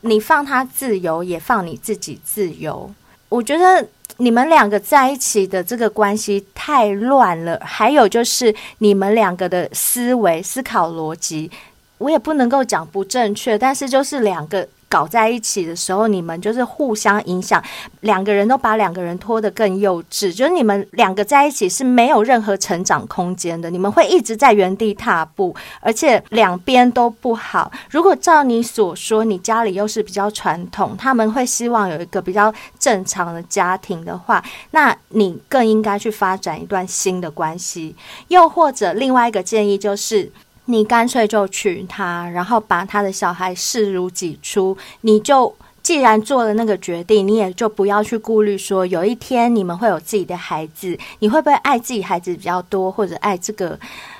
你放他自由，也放你自己自由。我觉得你们两个在一起的这个关系太乱了，还有就是你们两个的思维、思考逻辑，我也不能够讲不正确，但是就是两个。搞在一起的时候，你们就是互相影响，两个人都把两个人拖得更幼稚，就是你们两个在一起是没有任何成长空间的，你们会一直在原地踏步，而且两边都不好。如果照你所说，你家里又是比较传统，他们会希望有一个比较正常的家庭的话，那你更应该去发展一段新的关系。又或者另外一个建议就是。你干脆就娶她，然后把她的小孩视如己出，你就既然做了那个决定，你也就不要去顾虑说有一天你们会有自己的孩子，你会不会爱自己孩子比较多，或者爱这个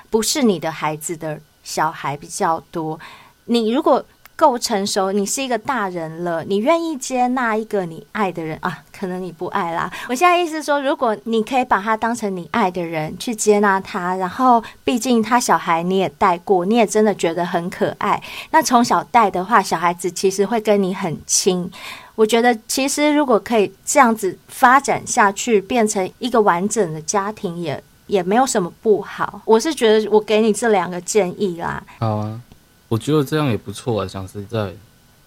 不是你的孩子的小孩比较多。你如果够成熟，你是一个大人了，你愿意接纳一个你爱的人啊，可能你不爱啦。我现在意思是说，如果你可以把他当成你爱的人去接纳他，然后毕竟他小孩你也带过，你也真的觉得很可爱。那从小带的话，小孩子其实会跟你很亲。我觉得其实如果可以这样子发展下去，变成一个完整的家庭也，也没有什么不好。我是觉得我给你这两个建议啦。
好啊，我觉得这样也不错啊。讲实在，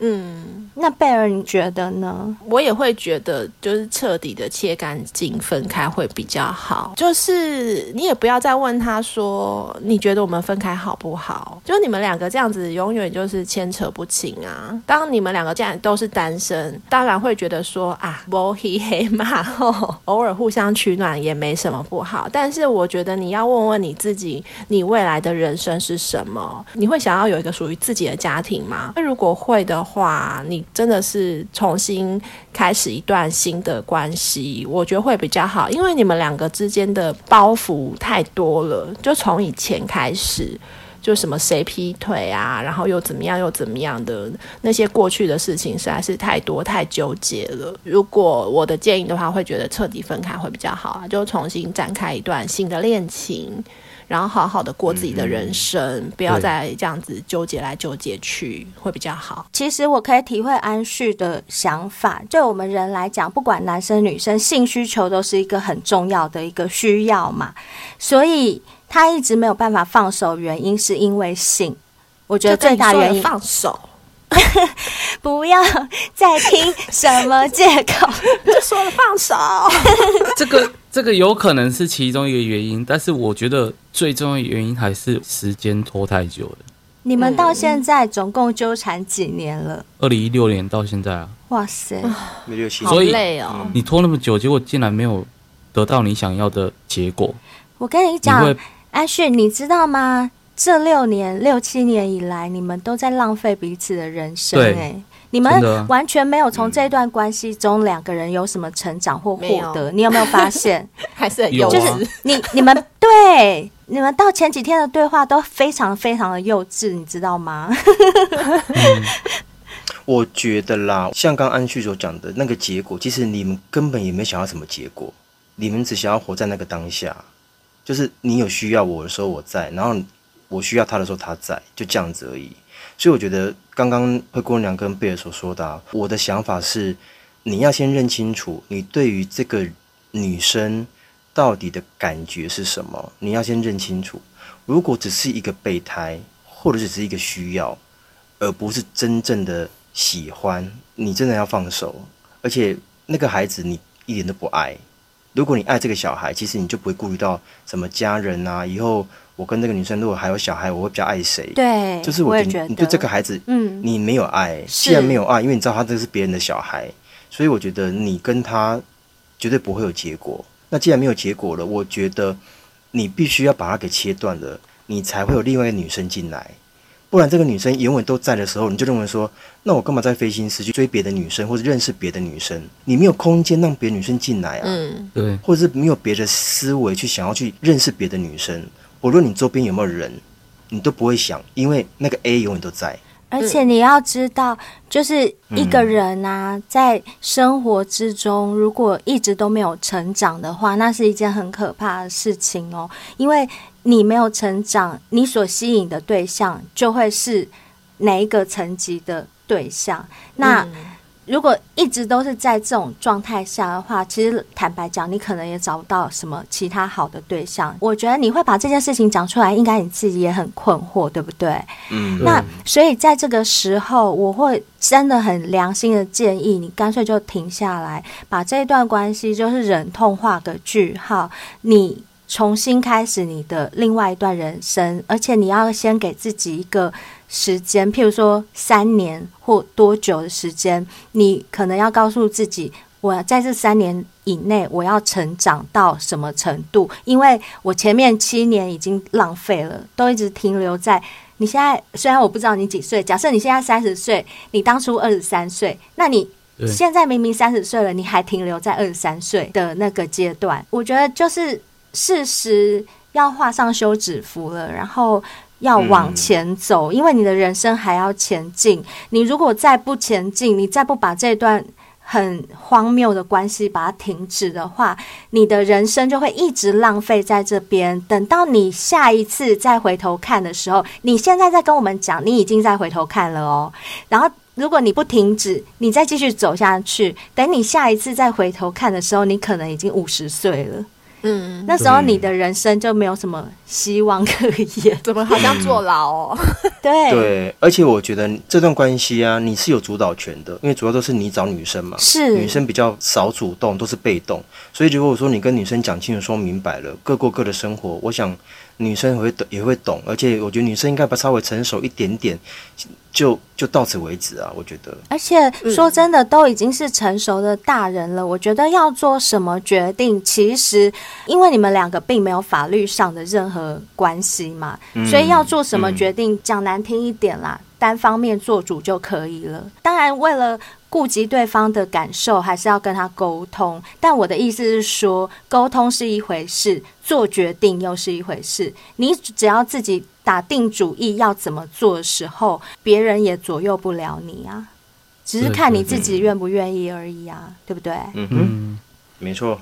嗯，
那贝尔，你觉得呢？
我也会觉得就是彻底的切干净、分开会比较好。就是你也不要再问他说，你觉得我们分开好不好？就你们两个这样子，永远就是牵扯不清啊。当你们两个既然都是单身，当然会觉得说啊，摸黑黑嘛，吼偶尔互相取暖也没什么不好。但是我觉得你要问问你自己，你未来的人生是什么？你会想要有一个属于自己的家庭吗？那如果会的话，你真的是重新开始一段新的关系，我觉得会比较好，因为你们两个之间的包袱太多了，就从以前开始。就什么谁劈腿啊，然后又怎么样又怎么样的那些过去的事情实在是太多太纠结了。如果我的建议的话，会觉得彻底分开会比较好啊，就重新展开一段新的恋情，然后好好的过自己的人生，不要
对
再这样子纠结来纠结去，会比较好。
其实我可以体会安旭的想法。对我们人来讲，不管男生女生，性需求都是一个很重要的一个需要嘛。所以他一直没有办法放手，原因是因为性。我觉得
就跟
最
你
大
说的
原因
放手。
不要 再听什么借口。
就说了放手。
这个这个有可能是其中一个原因，但是我觉得最重要的原因还是时间拖太久了。
你们到现在总共纠缠几年了？
二零一六年到现在啊，
哇塞，
没有心
好
所以
累哦，
你拖那么久，结果竟然没有得到你想要的结果，
我跟你
你
讲
会，
安旭，你知道吗？这六年、六七年以来，你们都在浪费彼此的人生、
对
哎，你
真的啊
们完全没有从这段关系中两个人有什么成长或
没
获
有
得。你有没有 发现？
还是很
有
幼
啊
稚。
你你们对你们到前几天的对话都非常非常的幼稚，你知道吗？
我觉得啦，像刚安旭所讲的那个结果，其实你们根本也没想要什么结果，你们只想要活在那个当下，就是你有需要我的时候我在，然后我需要他的时候他在，就这样子而已。所以我觉得刚刚灰姑娘跟贝尔所说的、啊，我的想法是，你要先认清楚你对于这个女生到底的感觉是什么，你要先认清楚。如果只是一个备胎，或者只是一个需要，而不是真正的喜欢，你真的要放手。而且那个孩子你一点都不爱。如果你爱这个小孩，其实你就不会顾虑到什么家人啊。以后我跟这个女生如果还有小孩，我会比较爱谁？，
对，
就是
哎我
我
也
觉
觉
得
得
你对这个孩子，
嗯
你没有爱。
是
既然没有爱，因为你知道他这是别人的小孩，所以我觉得你跟他绝对不会有结果。那既然没有结果了，我觉得你必须要把它给切断了，你才会有另外一个女生进来。不然这个女生永远都在的时候，你就认为说，那我干嘛再费心思去追别的女生或者认识别的女生？你没有空间让别的女生进来啊，
嗯，
对，
或者是没有别的思维去想要去认识别的女生。无论你周边有没有人，你都不会想，因为那个 A 永远都在。
而且你要知道，就是一个人啊，在生活之中，如果一直都没有成长的话，那是一件很可怕的事情哦。因为你没有成长，你所吸引的对象就会是哪一个层级的对象。那、
嗯
如果一直都是在这种状态下的话，其实坦白讲，你可能也找不到什么其他好的对象。我觉得你会把这件事情讲出来，应该你自己也很困惑，对不对？
嗯，
那所以在这个时候，我会真的很良心的建议你，干脆就停下来，把这一段关系就是忍痛画个句号，哎你重新开始你的另外一段人生，而且你要先给自己一个时间，譬如说三年或多久的时间，你可能要告诉自己。我在这三年以内，我要成长到什么程度？因为我前面七年已经浪费了，都一直停留在你现在虽然我不知道你几岁，假设你现在三十岁，你当初二十三岁，那你
对
现在明明三十岁了，你还停留在二十三岁的那个阶段，我觉得就是事实要画上休止符了，然后要往前走，因为你的人生还要前进。你如果再不前进，你再不把这段很荒谬的关系把它停止的话，你的人生就会一直浪费在这边。等到你下一次再回头看的时候，你现在在跟我们讲，你已经在回头看了哦。然后，如果你不停止，你再继续走下去，等你下一次再回头看的时候，你可能已经五十岁了。
嗯，
那时候你的人生就没有什么希望可言。
怎么好像坐牢哦？
对，
对，而且我觉得这段关系啊，你是有主导权的，因为主要都是你找女生嘛，
是
女生比较少主动，都是被动。所以如果说你跟女生讲清楚、说明白了，各过各的生活，我想女生会懂，也会懂。而且我觉得女生应该把稍微成熟一点点，就就到此为止啊。我觉得，
而且说真的，都已经是成熟的大人了，我觉得要做什么决定，其实因为你们两个并没有法律上的任何关系嘛，所以要做什么决定，讲难听一点啦，单方面做主就可以了。当然，为了顾及对方的感受，还是要跟他沟通。但我的意思是说，沟通是一回事，做决定又是一回事。你只要自己打定主意要怎么做的时候，别人也左右不了你啊。只是看你自己愿不愿意而已啊，对不对？
嗯哼，
嗯，
没错。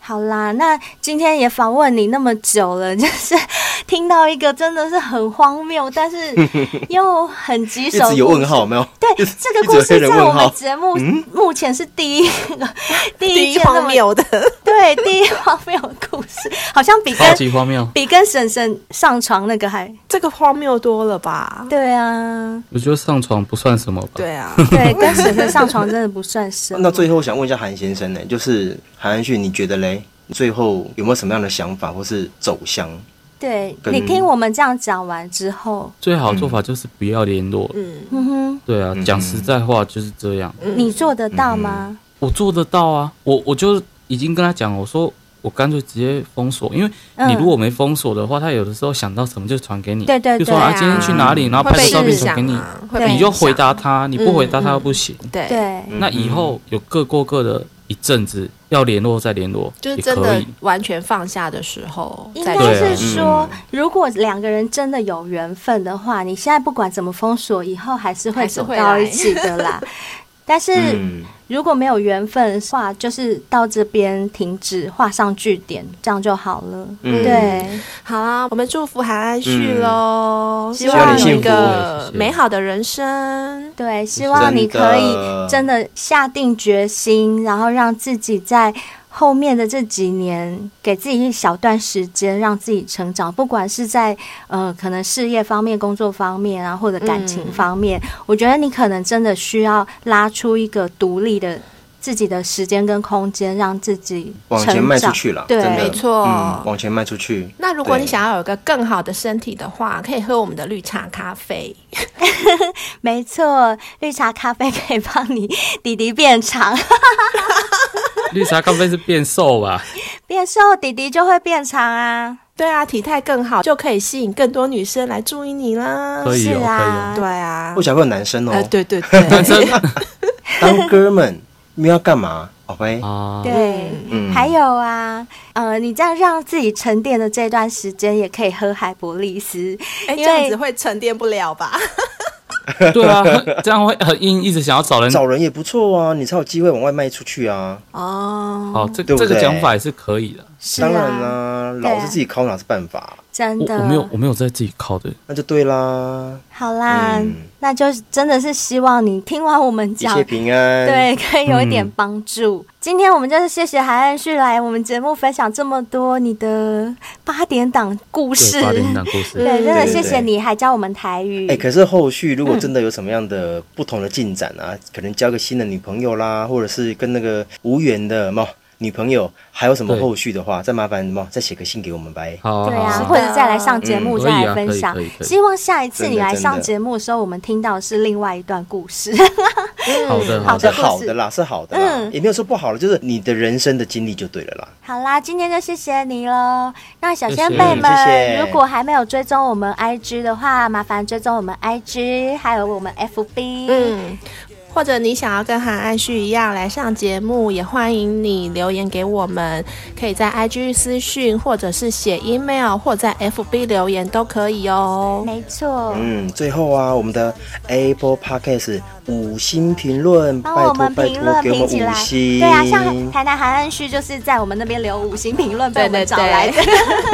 好啦，那今天也访问你那么久了， 就是听到一个真的是很荒谬， 但是又很棘
一
手的故
直
事。
有问号有没有？
对
一直
这个故
一直
事，
有黑人
在我们
问号。嗯
节目目前是第一个 第
第
一
一
件那
荒
么
谬的，
对对，第一荒谬的故事，好像比
超
跟
级荒谬。
比跟婶婶上床那个还
这个荒谬多了吧？
对啊，
我觉得上床不算什么吧。
对啊，
对，跟婶婶上床真的不算什
那
么。
最后想问一下韩先生呢，就是韩安旭，你觉得嘞？最后有没有什么样的想法或是走向？
对
跟
你听我们这样讲完之后，
最好的做法就是不要联络。
嗯哼，
对啊，
嗯
讲实在话就是这样。
嗯
你做得到吗？
我做得到啊，我我就已经跟他讲，我说我干脆直接封锁，因为你
嗯
如果没封锁的话，他有的时候想到什么就传给你，
对对
就说
对
啊
啊
今天去哪里， 然后
哎会
拍
被
个照
影
片传
响
给你，
啊，会
对
被
你
影
就
响
回答他，你不回答
嗯
他
嗯
不行。
对，
对，
嗯
那以后有各过各的一阵子，要联络再联络，
就是
也
真
可
的
以。
完全放下的时候
应
再
该
联
对啊
是
络
说，如果两个人真的有缘分的话，你现在不管怎么封锁，以后还是会
还是
走
会
到
来
一起的啦。 但是
嗯，
如果没有缘分的话，就是到这边停止，画上句点，这样就好了。
嗯
对，
好啦，我们祝福韩安旭
嗯
喽，希
希望
望有
你
一
幸福
个
谢谢
美好的人生。
对，希望你可以真的下定决心，然后让自己在后面的这几年给自己一小段时间，让自己成长，不管是在呃可能事业方面、工作方面啊，或者感情方面，我觉得你可能真的需要拉出一个独立的。自己的时间跟空间，让自己
往前
成
迈出
长。
去了，
对
真的，
没错
嗯，往前迈出去。
那如果
对
你想要有一个更好的身体的话，可以喝我们的绿茶咖啡。
没错，绿茶咖啡可以帮你 弟弟变长，
绿茶咖啡是变瘦吧？
变瘦弟弟就会变长啊。
对啊，体态更好就可以吸引更多女生来注意你啦。
可以
是
哦，可以哦。
啊，
对啊
我，想问男生哦，
呃， 对对对，
男生
当哥们，你们要干嘛？OK，哦
啊，
对，
嗯
还有啊，呃，你这样让自己沉淀的这段时间，也可以喝海博利斯，
哎，这
因为
样子会沉淀不了吧？
对啊，这样会很硬，一直想要找人。
找人也不错啊，你才有机会往外卖出去啊。
哦，
哦，这
对不
这个
对
讲法也是可以的。
是
当然
啊，
啦，
对啊
老是自己考哪是办法，
真
我
的，
我没有我没有在自己靠的，
那就对啦。
好啦，
嗯
那就是真的是希望你听完我们
一
讲
切。平安。，
对，可以有一点
嗯
帮助。今天我们就是谢谢韩安旭来我们节目分享这么多你的八点档故事
对，，八点档故事。
对，真的
对
谢
对
谢
对
你还教我们台语。
哎、可是后续如果真的有什么样的不同的进展啊，可能交个新的女朋友啦，或者是跟那个无缘的嘛女朋友，还有什么
对
后续的话，再麻烦什么再写个信给我们呗。
好啊，
对
好
啊，
啊
或者再来上节目
嗯
再
可以
来
啊
分
可以
享
可以。可以
希望下一次
真的
你来
真
上
的
节目的时候，我们听到的是另外一段故事。
好
嗯
的
好的
好的，
哦是好的啦，是好的啦，
嗯
也没有说不好了，就是你的人生的经历就对了啦。
好啦，今天就谢谢你喽。那小
谢
先
谢
辈们，
谢谢
如果还没有追踪我们 IG 的话，麻烦追踪我们 IG，还有我们 FB。嗯，
嗯，或者你想要跟韩安旭一样来上节目，也欢迎你留言给我们，可以在 IG 私讯，或者是写 email，或在 FB 留言都可以哦。
没错。
嗯，最后啊，我们的 Apple Podcast 五星评论，拜
帮我
托
们
拜
评论
托给
评
我们
起来
五，星。
对啊，像台南韩安旭就是在我们那边留五星评论被我们
对对
找来的，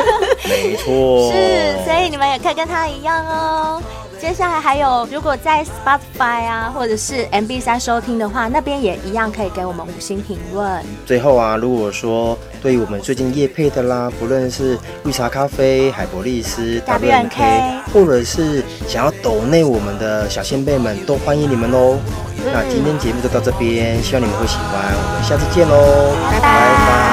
没错，
是，所以你们也可以跟他一样哦。接下来还有，如果在 Spotify 啊，或者是 MB 三收听的话，那边也一样可以给我们五星评论。
最后啊，如果说对于我们最近夜配的啦，不论是绿茶咖啡、海博利斯、
WNK
或者是想要抖内我们的小先辈们，都欢迎你们
嗯
哦。那今天节目就到这边，希望你们会喜欢，我们下次见喽，拜拜